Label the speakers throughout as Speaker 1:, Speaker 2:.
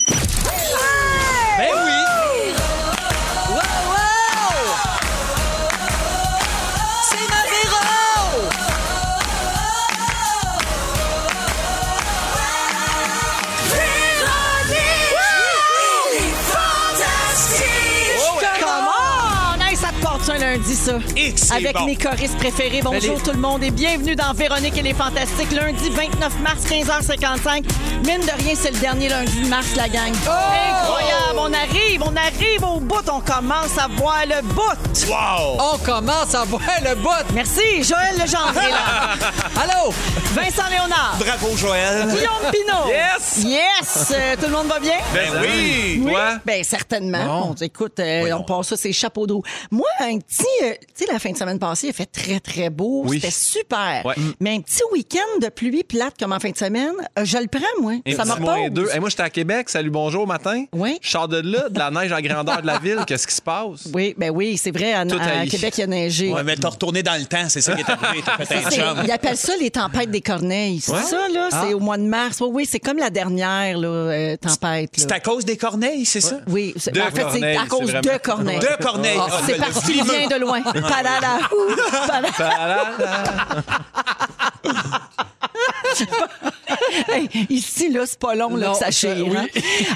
Speaker 1: Eh
Speaker 2: Ben Oh,
Speaker 1: lundi, ça.
Speaker 3: Oh! Et c'est
Speaker 1: Avec
Speaker 3: bon.
Speaker 1: mes choristes préférés. Bonjour
Speaker 2: les-
Speaker 1: tout le monde et bienvenue dans Véronique et les Fantastiques. Lundi 29 mars, 15h55. Mine de rien, c'est le dernier lundi de mars, la gang.
Speaker 3: Oh!
Speaker 1: Incroyable! On arrive, on arrive au bout. On commence à voir le bout.
Speaker 3: Wow!
Speaker 1: Oh.
Speaker 2: On commence à voir le bout.
Speaker 1: Merci, Joël Legendre est là.
Speaker 2: Allô?
Speaker 1: Vincent Léonard.
Speaker 3: Bravo, Joël!
Speaker 1: Guillaume Pinot.
Speaker 4: Yes!
Speaker 1: Yes! Euh, tout le monde va bien?
Speaker 3: Ben oui!
Speaker 4: Toi?
Speaker 1: Bien, Ben, certainement. Bon, écoute, euh, on passe ça, c'est chapeau d'eau. Moi, un petit. euh, tu sais, la fin de semaine passée, il a fait très, très beau.
Speaker 4: Oui.
Speaker 1: C'était super.
Speaker 4: Ouais.
Speaker 1: Mais un petit week-end de pluie plate comme en fin de semaine, euh, je le prends, moi.
Speaker 4: Et
Speaker 1: ça me
Speaker 4: petit moins deux.
Speaker 1: repose.
Speaker 4: Hey, moi, j'étais à Québec. Salut, bonjour, matin.
Speaker 1: Oui.
Speaker 4: Je sors de là, de la neige à la grandeur de la ville. Qu'est-ce qui se passe?
Speaker 1: Oui, ben oui, c'est vrai. À,
Speaker 4: Tout
Speaker 1: à
Speaker 4: haï.
Speaker 1: Québec, il a neigé.
Speaker 5: Ouais, mais t'as retourné dans le temps, c'est ça qui est arrivé. T'as fait
Speaker 1: Ça,
Speaker 5: un
Speaker 1: c'est-
Speaker 5: chum.
Speaker 1: Ils appellent ça les tempêtes des corneilles. C'est
Speaker 4: Ouais.
Speaker 1: ça, là? C'est
Speaker 4: Ah.
Speaker 1: au mois de mars. Oui, oui, c'est comme la dernière là, euh, tempête. là.
Speaker 5: C'est à cause des corneilles, c'est ça?
Speaker 1: Oui, c'est-
Speaker 4: De
Speaker 1: en fait, c'est
Speaker 4: Corneille,
Speaker 1: à
Speaker 4: c'est
Speaker 1: cause
Speaker 4: vraiment-
Speaker 1: de corneilles.
Speaker 5: Deux corneilles.
Speaker 1: Ah,
Speaker 5: Ah,
Speaker 1: c'est
Speaker 5: ben,
Speaker 1: parce
Speaker 5: le
Speaker 1: qu'il vient de loin. Palala. ouh, palala.
Speaker 4: Ta-da-da.
Speaker 1: Hey, ici, là, c'est pas long, là,
Speaker 2: Non, ben
Speaker 1: que ça chire,
Speaker 2: oui.
Speaker 1: hein?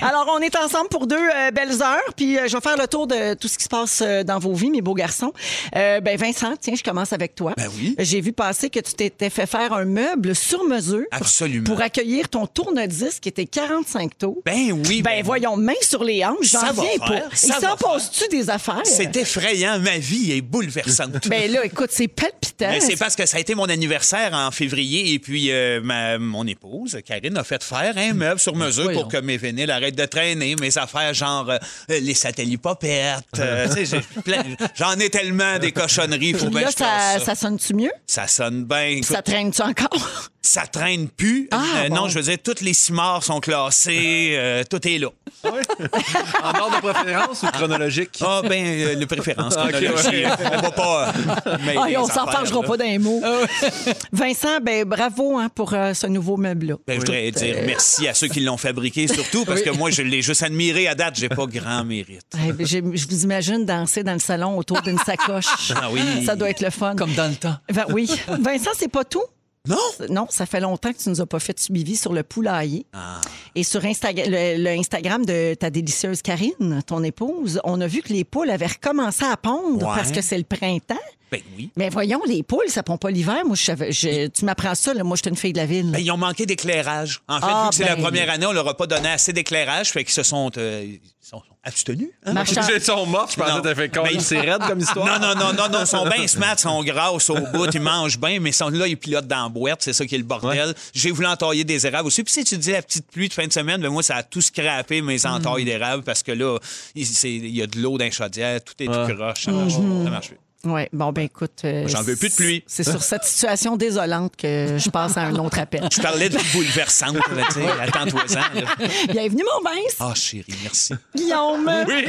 Speaker 1: Alors, on est ensemble pour deux euh, belles heures, puis euh, je vais faire le tour de tout ce qui se passe euh, dans vos vies, mes beaux garçons. Euh, ben, Vincent, tiens, je commence avec toi.
Speaker 5: Ben oui.
Speaker 1: J'ai vu passer que tu t'étais fait faire un meuble sur mesure
Speaker 5: Absolument.
Speaker 1: pour accueillir ton tourne-disque qui était 45 tours.
Speaker 5: Ben oui.
Speaker 1: Ben voyons, main sur les hanches, j'en
Speaker 5: Ça va
Speaker 1: viens pas.
Speaker 5: faire,
Speaker 1: Il
Speaker 5: ça
Speaker 1: s'en
Speaker 5: va faire.
Speaker 1: passe-tu des affaires?
Speaker 5: C'est effrayant. Ma vie est bouleversante.
Speaker 1: Ben là, écoute, c'est palpitant.
Speaker 5: Mais c'est parce que ça a été mon anniversaire en février et puis euh, ma, mon épouse, Karine, a fait faire
Speaker 1: Hmm.
Speaker 5: un meuble sur
Speaker 1: Ben
Speaker 5: mesure
Speaker 2: Voyons.
Speaker 5: pour que mes vinyles arrêtent de traîner, mes affaires genre euh, euh, les satellites popettes. euh, tu sais, j'ai plein- J'en ai tellement des cochonneries, faut bien
Speaker 1: Là,
Speaker 5: que je fasse
Speaker 1: ça,
Speaker 5: ça.
Speaker 1: ça sonne-tu mieux?
Speaker 5: Ça sonne bien.
Speaker 1: Ça traîne-tu encore?
Speaker 5: ça traîne plus.
Speaker 1: Ah,
Speaker 5: Euh,
Speaker 1: bon.
Speaker 5: Non, je veux dire, toutes les cimards sont classées, euh, tout est là.
Speaker 4: en ordre de préférence ou chronologique?
Speaker 5: Ah, ben, euh, le préférence. qu'on a
Speaker 4: Ok,
Speaker 5: là aussi.
Speaker 4: ouais.
Speaker 5: On va pas. euh, mêler
Speaker 1: Ah, et
Speaker 5: les
Speaker 1: on s'en
Speaker 5: affaires,
Speaker 1: parlera
Speaker 5: là.
Speaker 1: pas d'un mot.
Speaker 5: Ah
Speaker 1: Vincent, ben, bravo hein, pour euh, ce nouveau meuble-là.
Speaker 5: Ben, je voudrais
Speaker 1: euh,
Speaker 5: dire merci à ceux qui l'ont fabriqué, surtout parce que moi, je l'ai juste admiré à date. J'ai pas grand mérite.
Speaker 1: Eh ben, j'ai- je vous imagine danser dans le salon autour d'une sacoche.
Speaker 5: Ah oui.
Speaker 1: Ça doit être le fun.
Speaker 2: Comme dans le temps.
Speaker 1: Ben oui. Vincent, c'est pas tout.
Speaker 5: Non?
Speaker 1: Non, ça fait longtemps que tu nous as pas fait suivi sur le poulailler.
Speaker 5: Ah.
Speaker 1: Et sur Instagram, le, le Instagram de ta délicieuse Karine, ton épouse, on a vu que les poules avaient recommencé à pondre
Speaker 5: Ouais.
Speaker 1: parce que c'est le printemps.
Speaker 5: Ben oui.
Speaker 1: Mais voyons, les poules, ça pond pas l'hiver. Moi, je, savais- je- tu m'apprends ça. là. Moi, je suis une fille de la ville.
Speaker 5: Ben, ils ont manqué d'éclairage. En fait,
Speaker 1: Ah,
Speaker 5: vu que c'est la
Speaker 1: ben.
Speaker 5: première année, on leur a pas donné assez d'éclairage, fait qu'ils se sont, euh, ils sont abstenus. hein?
Speaker 1: Marchand-
Speaker 4: Ils sont morts, je pensais
Speaker 5: Non.
Speaker 4: que t'as fait con.
Speaker 5: Mais-
Speaker 4: C'est raide comme histoire.
Speaker 5: Non, non, non, non, non, ils sont bien smart, ils sont grasses au bout, ils mangent bien, mais ils sont là, ils pilotent dans la boîte, c'est ça qui est le bordel. J'ai voulu entailler des érables aussi. Puis si tu dis la petite pluie de fin de semaine, ben moi, ça a tout scrappé mes
Speaker 1: Hmm.
Speaker 5: entailles d'érable parce que là, il c'est- il y a de l'eau dans les chaudières, tout est tout croche, ça
Speaker 1: Hmm.
Speaker 5: marche, pas, ça marche plus.
Speaker 1: Oui, bon, ben écoute. euh,
Speaker 5: J'en veux plus de pluie.
Speaker 1: C'est sur cette situation désolante que je passe à un autre appel.
Speaker 5: Je parlais de bouleversante, là, tu sais, attends-toi-en. là.
Speaker 1: Bienvenue, mon Vince.
Speaker 5: Ah, chérie, merci.
Speaker 1: Guillaume.
Speaker 4: Oui!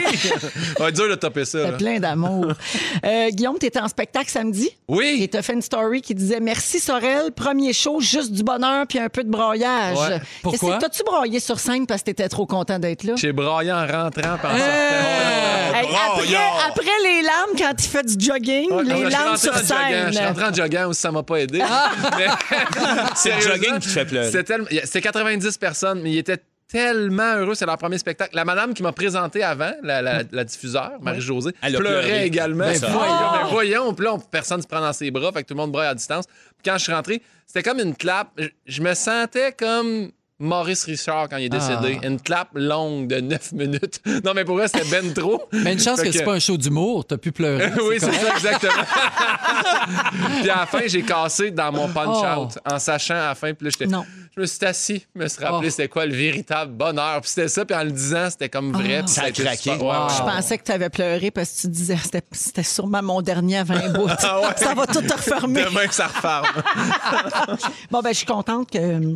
Speaker 4: On va être dur de taper ça.
Speaker 1: T'as
Speaker 4: là.
Speaker 1: plein d'amour. Euh, Guillaume, t'étais en spectacle samedi.
Speaker 4: Oui.
Speaker 1: Et t'as fait une story qui disait Merci Sorel, premier show, juste du bonheur puis un peu de broyage.
Speaker 4: Ouais.
Speaker 2: Pourquoi?
Speaker 1: Qu'est-ce que T'as-tu broyé sur scène parce que t'étais trop content d'être là? Euh,
Speaker 4: J'ai braillé en rentrant pendant
Speaker 1: Hey, après,
Speaker 5: Broyard.
Speaker 1: après les larmes, quand il fait du jogging,
Speaker 4: Ah,
Speaker 1: les larmes sur
Speaker 4: Je suis
Speaker 1: scène. Ah!
Speaker 4: rentré en jogging aussi, ça m'a pas aidé. Mais-
Speaker 5: C'est le
Speaker 4: Sérieusement,
Speaker 5: jogging qui te fait pleurer.
Speaker 4: C'était tellement- c'était 90 personnes, mais ils étaient tellement heureux. C'est leur premier spectacle. La madame qui m'a présenté avant, la, la- la diffuseur, Marie-Josée,
Speaker 5: Elle a
Speaker 4: pleurait
Speaker 5: pleuré.
Speaker 4: également.
Speaker 5: Ben,
Speaker 4: Ça.
Speaker 5: voyons.
Speaker 4: Ben,
Speaker 1: Oh!
Speaker 4: voyons. Puis là, on- personne se prend dans ses bras, fait que tout le monde braille à distance. Puis quand je suis rentré, c'était comme une clap. Je, je me sentais comme... Maurice Richard, quand il est décédé,
Speaker 5: Ah.
Speaker 4: une clap longue de 9 minutes. Non, mais pour vrai, c'était ben trop.
Speaker 2: Mais une chance
Speaker 4: Fait
Speaker 2: que c'est pas un show d'humour, t'as pu pleurer.
Speaker 4: oui,
Speaker 2: comme-
Speaker 4: c'est ça, exactement. puis à la fin, j'ai cassé dans mon
Speaker 2: Oh.
Speaker 4: punch-out en sachant à la fin. Puis là, j'étais-
Speaker 1: Non.
Speaker 4: je me suis assis, je me suis rappelé
Speaker 2: Oh.
Speaker 4: c'était quoi le véritable bonheur. Puis c'était ça, puis en le disant, c'était comme
Speaker 2: Ah.
Speaker 4: vrai. puis
Speaker 5: Ça a
Speaker 4: été
Speaker 5: craqué.
Speaker 4: super- ouais, ouais.
Speaker 1: Je pensais que tu avais pleuré parce que tu disais c'était, c'était sûrement mon dernier à 20 bouts. Ça va tout te refermer.
Speaker 5: Demain, ça referme.
Speaker 1: Bon, ben, je suis contente que euh,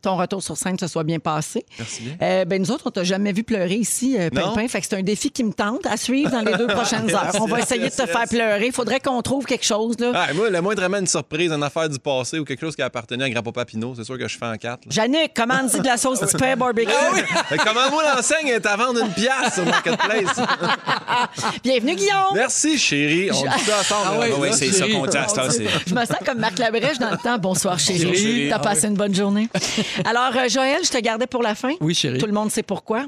Speaker 1: ton retour sur scène se soit bien passé. Merci bien. ben, nous autres, on t'a jamais vu pleurer ici, euh,
Speaker 5: Non.
Speaker 1: Pimpin. Fait que c'est un défi qui me tente à suivre dans les deux prochaines heures. On va essayer de te faire pleurer. Il faudrait qu'on trouve quelque chose, là.
Speaker 4: Ah, moi, le moindrement une surprise, une affaire du passé ou quelque chose qui appartenait à grand-papa Pinot, c'est sûr que je fais en quatre. là.
Speaker 1: Yannick, comment on dit de la sauce du père barbecue?
Speaker 4: Fait que comment moi l'enseigne est à vendre une pièce sur Marketplace?
Speaker 1: Bienvenue, Guillaume!
Speaker 4: Merci, chérie. On dit ça ensemble.
Speaker 2: Ah ouais,
Speaker 4: là.
Speaker 5: Oui, c'est ça qu'on dit à cette heure, c'est-
Speaker 1: Je me sens comme Marc Labrèche dans le temps. Bonsoir, chérie.
Speaker 2: Bonjour, chérie.
Speaker 1: T'as
Speaker 2: Ah
Speaker 1: passé une bonne journée. Alors, euh, Joël, je te gardais pour la fin.
Speaker 2: Oui, chérie.
Speaker 1: Tout le monde sait pourquoi.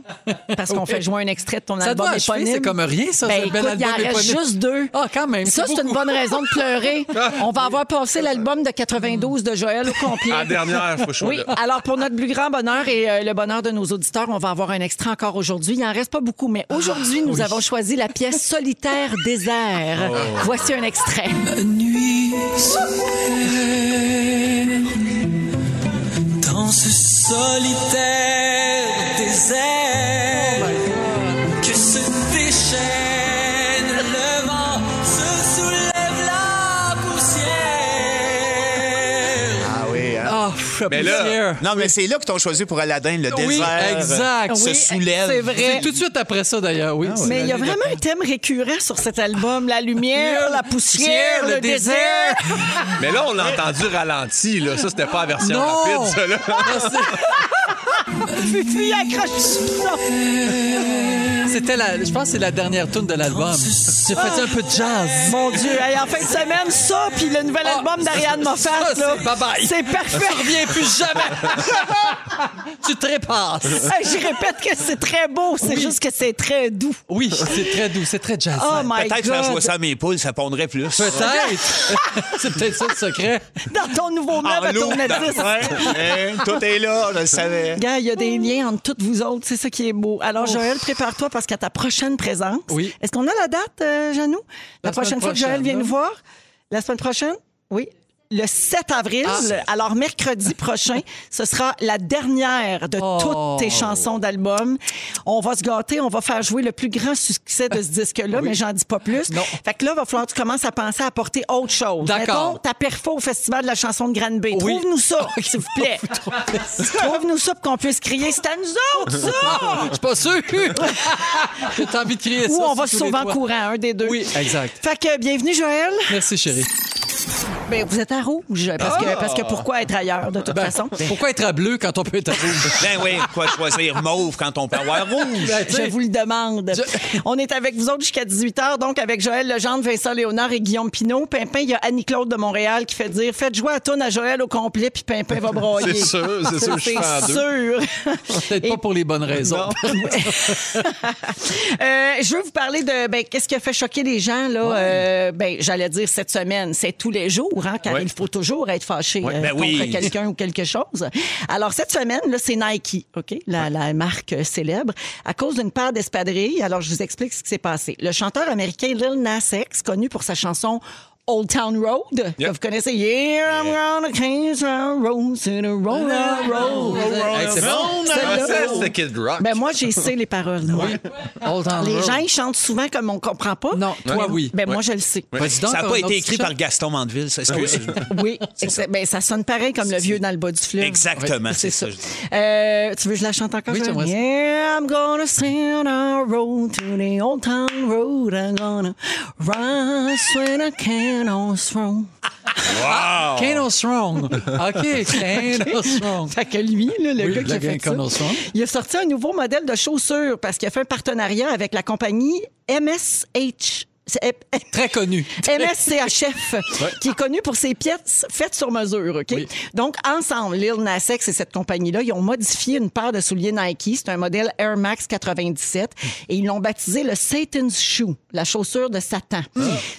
Speaker 1: Parce qu'on fait jouer un extrait de ton
Speaker 2: Ça
Speaker 1: album
Speaker 2: doit achever,
Speaker 1: éponyme.
Speaker 2: c'est comme rien, ça,
Speaker 1: Ben,
Speaker 2: ce bel
Speaker 1: écoute, il
Speaker 2: album
Speaker 1: en reste
Speaker 2: éponyme.
Speaker 1: juste deux.
Speaker 2: Ah, quand même,
Speaker 1: Ça,
Speaker 2: c'est
Speaker 1: c'est une
Speaker 2: beaucoup.
Speaker 1: bonne raison de pleurer. On va avoir passé l'album de 92 de Joël au complet.
Speaker 4: En dernière, faut que je sois
Speaker 1: Oui,
Speaker 4: là.
Speaker 1: alors pour notre plus grand bonheur et euh, le bonheur de nos auditeurs, on va avoir un extrait encore aujourd'hui. Il n'en reste pas beaucoup, mais aujourd'hui,
Speaker 2: Ah,
Speaker 1: nous avons choisi la pièce Solitaire désert.
Speaker 2: Oh.
Speaker 1: Voici un extrait.
Speaker 6: nuit sereine dans ce solitaire désert que se déchaîne le vent se soulève la poussière
Speaker 5: Ah oui, hein?
Speaker 2: Ah, pff,
Speaker 4: Mais là-
Speaker 2: poussière.
Speaker 5: Non, mais c'est là que t'ont choisi pour Aladdin, le
Speaker 2: Oui,
Speaker 5: désert.
Speaker 2: exact.
Speaker 5: Se
Speaker 1: Oui,
Speaker 5: soulève.
Speaker 1: C'est vrai.
Speaker 2: C'est tout de suite après ça, d'ailleurs,
Speaker 5: Ah
Speaker 2: oui.
Speaker 1: Mais il y a vraiment un thème récurrent sur cet album. La lumière, la poussière, le désert.
Speaker 4: Mais là, on l'a entendu ralenti, là. Ça, c'était pas la version
Speaker 2: Non.
Speaker 4: rapide, ça, là.
Speaker 2: Non, c'est-
Speaker 1: Fufu, accroche
Speaker 2: C'était la, je pense que c'est la dernière tune de l'album. J'ai fait un peu de jazz.
Speaker 1: Mon Dieu, hey, en fin de semaine, ça, puis le nouvel album d'Ariane Moffat,
Speaker 2: Ah, ça,
Speaker 1: là,
Speaker 2: c'est bye-bye.
Speaker 1: c'est parfait.
Speaker 2: Reviens plus jamais. tu trépasses.
Speaker 1: Hey, Ah, Je répète que c'est très beau, c'est juste que c'est très doux.
Speaker 2: Oui, c'est très doux, c'est très jazz.
Speaker 1: Oh my
Speaker 5: Peut-être faire jouer
Speaker 1: God!
Speaker 5: ça à mes poules, ça pondrait plus.
Speaker 2: Peut-être. c'est peut-être ça le secret.
Speaker 1: Dans ton nouveau meuble à ton
Speaker 5: loop, dans-
Speaker 1: indice.
Speaker 5: Ouais, hein, tout est là, je le savais.
Speaker 1: Gars, il y a des liens entre toutes vous autres, c'est ça qui est beau. Alors, Joël, prépare-toi parce qu'à ta prochaine présence.
Speaker 2: Oui.
Speaker 1: Est-ce qu'on a la date, euh, Janou? La,
Speaker 2: La
Speaker 1: prochaine
Speaker 2: semaine
Speaker 1: fois que Joël
Speaker 2: prochaine,
Speaker 1: vient
Speaker 2: là.
Speaker 1: nous voir? La semaine prochaine? Oui. Le 7 avril,
Speaker 2: Ah.
Speaker 1: alors mercredi prochain, ce sera la dernière de
Speaker 2: Oh.
Speaker 1: toutes tes chansons d'album. On va se gâter, on va faire jouer le plus grand succès de ce disque-là, mais j'en dis pas plus.
Speaker 2: Non.
Speaker 1: Fait que là, il va falloir que tu commences à penser à apporter autre chose.
Speaker 2: D'accord.
Speaker 1: Mettons, ta perfo au Festival de la chanson de Granby.
Speaker 2: Oui.
Speaker 1: Trouve-nous ça, s'il vous plaît. Trouve-nous ça pour qu'on puisse crier c'est à nous autres, ça!
Speaker 2: Je suis pas sûr. J'ai envie de crier ça.
Speaker 1: Ou on va se
Speaker 2: sur
Speaker 1: sauver
Speaker 2: les
Speaker 1: en
Speaker 2: toits.
Speaker 1: courant, un des deux.
Speaker 2: Oui, exact.
Speaker 1: Fait que bienvenue, Joël.
Speaker 2: Merci, chérie.
Speaker 1: Ben, vous êtes à rouge. Parce, que, parce que pourquoi être ailleurs, de toute
Speaker 2: Ben,
Speaker 1: façon?
Speaker 2: pourquoi être à bleu quand on peut être à rouge?
Speaker 5: Ben oui, quoi choisir mauve quand on peut avoir rouge?
Speaker 2: Ben, tu
Speaker 1: Je
Speaker 2: sais,
Speaker 1: vous le demande. On est avec vous autres jusqu'à 18h, donc avec Joël Legendre, Vincent Léonard et Guillaume Pinault. Pimpin, il y a Annie-Claude de Montréal qui fait dire Faites jouer à tourne à Joël au complet, puis Pimpin va broyer.
Speaker 4: C'est sûr, c'est sûr, je suis fan
Speaker 1: C'est
Speaker 4: d'eux.
Speaker 1: sûr.
Speaker 2: peut-être pas pour les bonnes raisons.
Speaker 1: Euh, je veux vous parler de ben, qu'est-ce qui a fait choquer les gens là. euh, ben, j'allais dire cette semaine, c'est tous les jours, hein, car
Speaker 4: Ouais.
Speaker 1: il faut toujours être fâché euh,
Speaker 5: ben
Speaker 1: contre
Speaker 5: oui.
Speaker 1: quelqu'un ou quelque chose. Alors cette semaine, là, c'est Nike, ok, la, la marque euh, célèbre, à cause d'une paire d'espadrilles. Alors je vous explique ce qui s'est passé. Le chanteur américain Lil Nas X, connu pour sa chanson. Old Town Road, que vous connaissez. Yeah, I'm gonna change my road to the roll, roll, roll.
Speaker 2: Hey, c'est bon.
Speaker 4: Non, non,
Speaker 1: Celle-là.
Speaker 4: ça, c'était Kid Rock.
Speaker 1: Ben moi, j'ai sais les paroles. moi.
Speaker 2: Hold on.
Speaker 1: Les
Speaker 2: road.
Speaker 1: gens, ils chantent souvent comme on comprend pas.
Speaker 2: Non, toi, oui.
Speaker 1: Ben, moi, je le sais.
Speaker 2: Vas-y donc,
Speaker 5: Ça n'a pas
Speaker 2: un autre
Speaker 5: été écrit
Speaker 2: chat.
Speaker 5: par Gaston Mandeville, ça, excuse.
Speaker 1: Oui, ça. Ben, ça sonne pareil comme le vieux dans le bas du fleuve.
Speaker 5: Exactement,
Speaker 1: C'est
Speaker 5: c'est ça.
Speaker 1: ça.
Speaker 5: que je dis.
Speaker 1: Euh, tu veux que je la chante encore?
Speaker 2: Oui,
Speaker 1: Joël?
Speaker 2: j'aimerais ça.
Speaker 1: Yeah, I'm gonna sing our road to the old town road. I'm gonna rise when I can on strong.
Speaker 2: Kano Strong. OK, Kano Strong.
Speaker 1: Fait que lui, là, le
Speaker 2: Oui,
Speaker 1: gars qui
Speaker 2: le
Speaker 1: a
Speaker 2: gars
Speaker 1: fait ça,
Speaker 2: qu'on a reçu.
Speaker 1: il a sorti un nouveau modèle de chaussures parce qu'il a fait un partenariat avec la compagnie MSH. C'est-
Speaker 2: Très connu.
Speaker 1: MSCHF, qui est connu pour ses pièces faites sur mesure. ok Donc, ensemble, Lil Nas X et cette compagnie-là, ils ont modifié une paire de souliers Nike. C'est un modèle Air Max 97. Et ils l'ont baptisé le Satan's Shoe, la chaussure de Satan.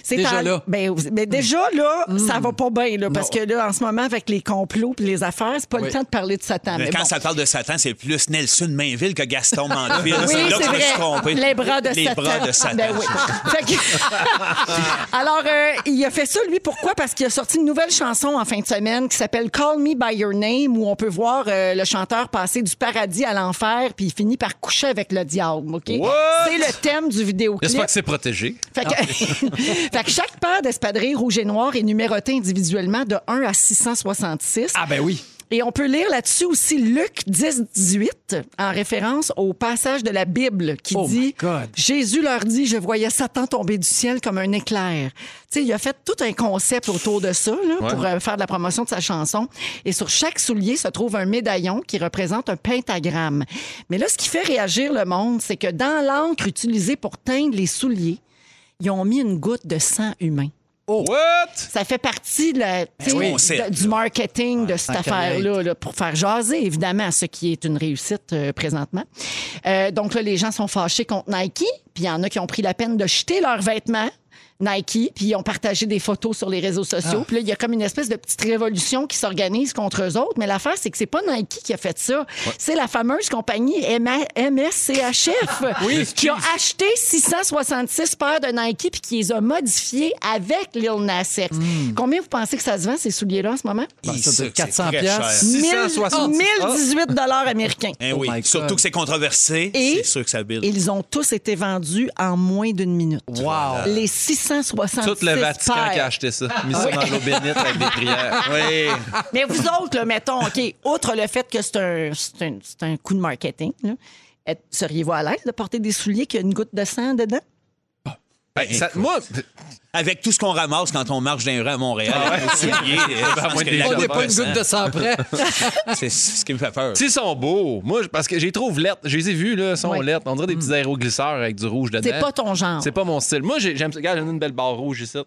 Speaker 1: C'est
Speaker 2: Déjà
Speaker 1: en-
Speaker 2: là.
Speaker 1: Ben, mais déjà, là, ça va pas bien, là, parce que là, en ce moment, avec les complots et les affaires, c'est pas le
Speaker 2: Oui.
Speaker 1: temps de parler de Satan. Ah, mais
Speaker 5: Quand
Speaker 1: bon.
Speaker 5: ça parle de Satan, c'est plus Nelson Mainville que Gaston Mandeville.
Speaker 1: Oui,
Speaker 5: c'est là que
Speaker 1: c'est
Speaker 5: je me suis
Speaker 1: vrai.
Speaker 5: trompé.
Speaker 1: Les bras de
Speaker 5: Les
Speaker 1: Satan.
Speaker 5: bras de Satan.
Speaker 1: Ben oui. Fait que- Alors, euh, il a fait ça, lui, pourquoi? Parce qu'il a sorti une nouvelle chanson en fin de semaine qui s'appelle Call Me By Your Name, où on peut voir euh, le chanteur passer du paradis à l'enfer, puis il finit par coucher avec le diable, OK?
Speaker 4: What?
Speaker 1: C'est le thème du vidéoclip.
Speaker 4: J'espère que c'est protégé.
Speaker 1: Fait
Speaker 5: Ah.
Speaker 1: que, Fait que chaque paire d'espadrilles rouge et noir est numérotée individuellement de 1 à 666.
Speaker 2: Ah, ben oui.
Speaker 1: Et on peut lire là-dessus aussi Luc 10, 18, en référence au passage de la Bible qui
Speaker 2: Oh my
Speaker 1: dit
Speaker 2: God.
Speaker 1: Jésus leur dit, je voyais Satan tomber du ciel comme un éclair. Tu sais, il a fait tout un concept autour de ça là, pour euh, faire de la promotion de sa chanson. Et sur chaque soulier se trouve un médaillon qui représente un pentagramme. Mais là, ce qui fait réagir le monde, c'est que dans l'encre utilisée pour teindre les souliers, ils ont mis une goutte de sang humain.
Speaker 4: What?
Speaker 1: Ça fait partie de la-
Speaker 2: Ben
Speaker 1: tu sais,
Speaker 5: oui, on
Speaker 1: de-
Speaker 5: sait.
Speaker 1: du marketing de cette
Speaker 2: tant qu'à y
Speaker 1: affaire-là là, pour faire jaser, évidemment, ce qui est une réussite euh, présentement. Euh, donc là, les gens sont fâchés contre Nike, puis il y en a qui ont pris la peine de jeter leurs vêtements. Nike, puis ils ont partagé des photos sur les réseaux sociaux. Puis là, il y a comme une espèce de petite révolution qui s'organise contre eux autres. Mais l'affaire, c'est que c'est pas Nike qui a fait ça. C'est la fameuse compagnie MA- MSCHF qui a acheté 666 paires de Nike puis qui les a modifiées avec Lil Nas X. Combien vous pensez que ça se vend, ces souliers-là, en ce moment?
Speaker 5: Hi,
Speaker 2: ça
Speaker 5: Ben, ça,
Speaker 2: doit
Speaker 5: c'est
Speaker 2: être 400
Speaker 5: très
Speaker 2: piastres.
Speaker 5: cher.
Speaker 4: 666.
Speaker 1: 1018 dollars américains.
Speaker 5: Eh
Speaker 2: Oh
Speaker 5: oui.
Speaker 2: my God.
Speaker 5: Surtout que c'est controversé.
Speaker 1: Et-
Speaker 5: C'est sûr que ça build.
Speaker 1: Ils ont tous été vendus en moins d'une minute.
Speaker 2: Wow.
Speaker 1: Les 666
Speaker 4: Tout le Vatican
Speaker 1: paires.
Speaker 4: qui a acheté ça. Mis ça
Speaker 1: Ah,
Speaker 4: dans l'eau bénite avec des prières.
Speaker 5: Oui.
Speaker 1: Mais vous autres, là, mettons, OK, outre le fait que c'est un, c'est un, c'est un coup de marketing, là, êtes- seriez-vous à l'aise de porter des souliers qui a une goutte de sang dedans?
Speaker 4: Ben, ça- moi,
Speaker 5: Avec tout ce qu'on ramasse quand on marche dans les rues à Montréal,
Speaker 2: Ah
Speaker 5: avec nos souliers,
Speaker 2: ben,
Speaker 5: je pense
Speaker 4: moins
Speaker 5: que
Speaker 4: des
Speaker 5: la
Speaker 2: On n'est
Speaker 4: J'adore
Speaker 2: pas une
Speaker 5: goutte
Speaker 2: goutte de sang près.
Speaker 5: de- C'est c'est ce qui me fait peur.
Speaker 4: T'sais, Ils sont beaux. Moi, je- parce que j'ai trouve lettres. Je les ai vus, là, ils sont
Speaker 1: Ouais. Mm.
Speaker 4: lettres. On dirait des petits aéroglisseurs avec du rouge dedans.
Speaker 1: C'est pas ton genre.
Speaker 4: Ben, C'est pas mon style. Moi, j'ai- j'aime ça. Regarde, j'en ai une belle barre rouge ici.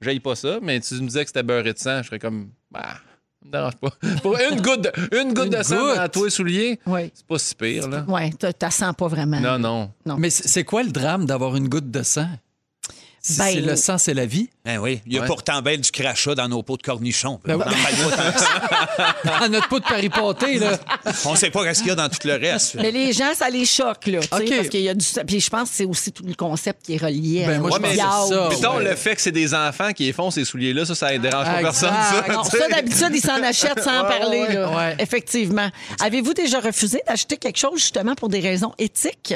Speaker 4: J'aille pas ça, mais tu me disais que c'était beurré de sang. Je serais comme, bah, ça me dérange pas. Pour une goutte de, une goutte
Speaker 2: Une
Speaker 4: de sang
Speaker 2: goutte.
Speaker 4: à toi, soulier,
Speaker 1: Oui.
Speaker 4: c'est pas si pire, là.
Speaker 1: Ouais, t'as- t'as sens pas vraiment.
Speaker 4: Non, non.
Speaker 2: Mais c'est c'est quoi le drame d'avoir une goutte de sang? Si
Speaker 1: Ben-
Speaker 2: c'est le sang, c'est la vie.
Speaker 5: Ben oui. Il y a
Speaker 4: Ouais.
Speaker 5: pourtant bien du crachat dans nos pots de cornichons.
Speaker 2: Ben
Speaker 5: on
Speaker 2: oui.
Speaker 5: n'en parle pas tant que ça.
Speaker 2: Ah, notre pot de paripoté, là.
Speaker 5: On sait pas ce qu'il y a dans tout le reste.
Speaker 1: Mais les gens, ça les choque, là. tu sais,
Speaker 2: OK.
Speaker 1: Parce qu'il y a du. Puis je pense que c'est aussi tout le concept qui est relié à
Speaker 2: Ben, moi, je
Speaker 1: au
Speaker 4: pense que c'est
Speaker 1: diable.
Speaker 2: ça.
Speaker 4: Puis donc,
Speaker 2: ouais.
Speaker 4: le fait que c'est des enfants qui les font ces souliers-là, ça, ça dérange pas
Speaker 1: Ah,
Speaker 2: Exact.
Speaker 4: personne, ça.
Speaker 1: Non,
Speaker 4: t'sais.
Speaker 1: ça, d'habitude, ils s'en achètent sans en parler.
Speaker 2: ouais,
Speaker 1: là.
Speaker 2: ouais.
Speaker 1: Effectivement. Avez-vous déjà refusé d'acheter quelque chose justement pour des raisons éthiques?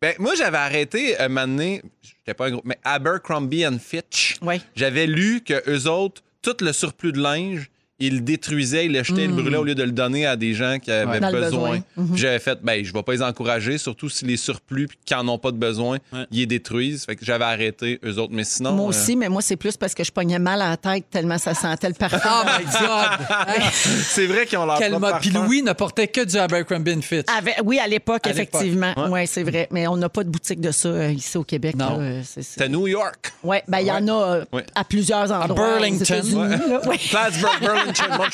Speaker 4: Ben, moi, j'avais arrêté euh, m'amener, j'étais pas un groupe, mais Abercrombie and Fitch.
Speaker 1: Ouais.
Speaker 4: J'avais lu que eux autres, tout le surplus de linge, ils le détruisaient, ils le jetaient, ils le brûlaient au lieu de le donner à des gens qui avaient
Speaker 1: Mm. Dans le
Speaker 4: besoin.
Speaker 1: besoin. Mm-hmm.
Speaker 4: Puis J'avais fait, ben, je vais pas les encourager, surtout si les surplus puis qui en ont pas de besoin, ils les détruisent. Fait que j'avais arrêté eux autres, mais sinon.
Speaker 1: Moi
Speaker 4: euh,
Speaker 1: aussi, mais moi, c'est plus parce que je pognais mal à la tête tellement ça sentait le parfum.
Speaker 2: Oh my God!
Speaker 4: c'est vrai qu'ils ont leur
Speaker 2: Quel
Speaker 4: propre
Speaker 2: mode. Puis
Speaker 4: Ah, parfum.
Speaker 2: Louis ne portait que du Abercrombie and Fitch.
Speaker 1: Avec- oui, à l'époque,
Speaker 2: À l'époque.
Speaker 1: effectivement. Oui, c'est vrai. Mais on n'a pas de boutique de ça euh, ici au Québec.
Speaker 2: Non.
Speaker 1: là, euh, c'est- c'est-
Speaker 4: C'est à New York.
Speaker 1: Ouais, ben, il y en a euh,
Speaker 4: Ouais.
Speaker 1: à plusieurs endroits. aux
Speaker 2: Burlington.
Speaker 1: États-Unis, là. Ouais.
Speaker 4: Plattsburgh, Burlington, Montreal.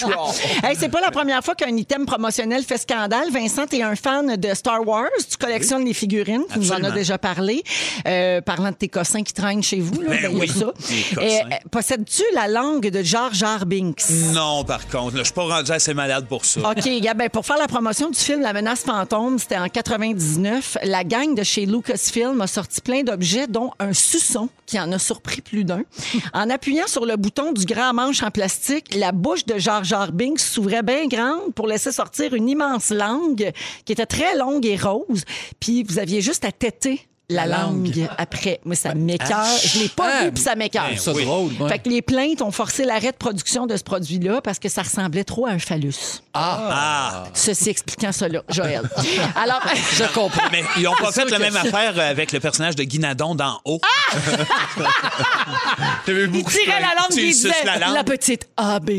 Speaker 1: Hey, c'est pas la première fois qu'un item promotionnel fait scandale. Vincent, t'es un fan de Star Wars. Tu collectionnes les figurines. Tu nous en as
Speaker 5: Absolument.
Speaker 1: déjà parlé. Euh, parlant de tes cossins qui traînent chez vous. Là,
Speaker 5: Ben
Speaker 1: il y a
Speaker 5: oui,
Speaker 1: ça.
Speaker 5: les cossins.
Speaker 1: Euh, Possèdes-tu la langue de Jar Jar Binks?
Speaker 5: Non, par contre. là, Je suis pas rendu assez malade pour ça.
Speaker 1: OK, Gab, ben, pour faire la promotion du film La menace fantôme, c'était en 99. La gang de chez Lucasfilm a sorti plein d'objets, dont un suçon qui en a surpris plus d'un. En appuyant sur le bouton du grand manche en plastique, la bouche de Jar Jar Binks s'ouvrait bien grande pour laisser sortir une immense langue qui était très longue et rose. Puis vous aviez juste à têter la
Speaker 2: La langue. Ben,
Speaker 1: langue, après. Moi, ça m'écœure. Je l'ai pas
Speaker 2: Ah,
Speaker 1: vu, puis ça m'écœure.
Speaker 2: Je trouve ça drôle, moi.
Speaker 1: Fait que les plaintes ont forcé l'arrêt de production de ce produit-là parce que ça ressemblait trop à un phallus.
Speaker 5: Ah!
Speaker 1: Ceci expliquant cela, Joël. Alors,
Speaker 2: Je comprends.
Speaker 5: Mais ils n'ont pas
Speaker 2: C'est
Speaker 5: fait
Speaker 2: sûr
Speaker 5: la
Speaker 2: que
Speaker 5: même
Speaker 2: ça-
Speaker 5: affaire euh, avec le personnage de Guinadon dans Haut.
Speaker 4: J'avais
Speaker 1: Ah! il
Speaker 4: beaucoup de
Speaker 1: tirait la langue
Speaker 5: Tu
Speaker 1: et il
Speaker 5: suces
Speaker 1: disait
Speaker 5: la
Speaker 1: la,
Speaker 5: langue.
Speaker 1: petite AB.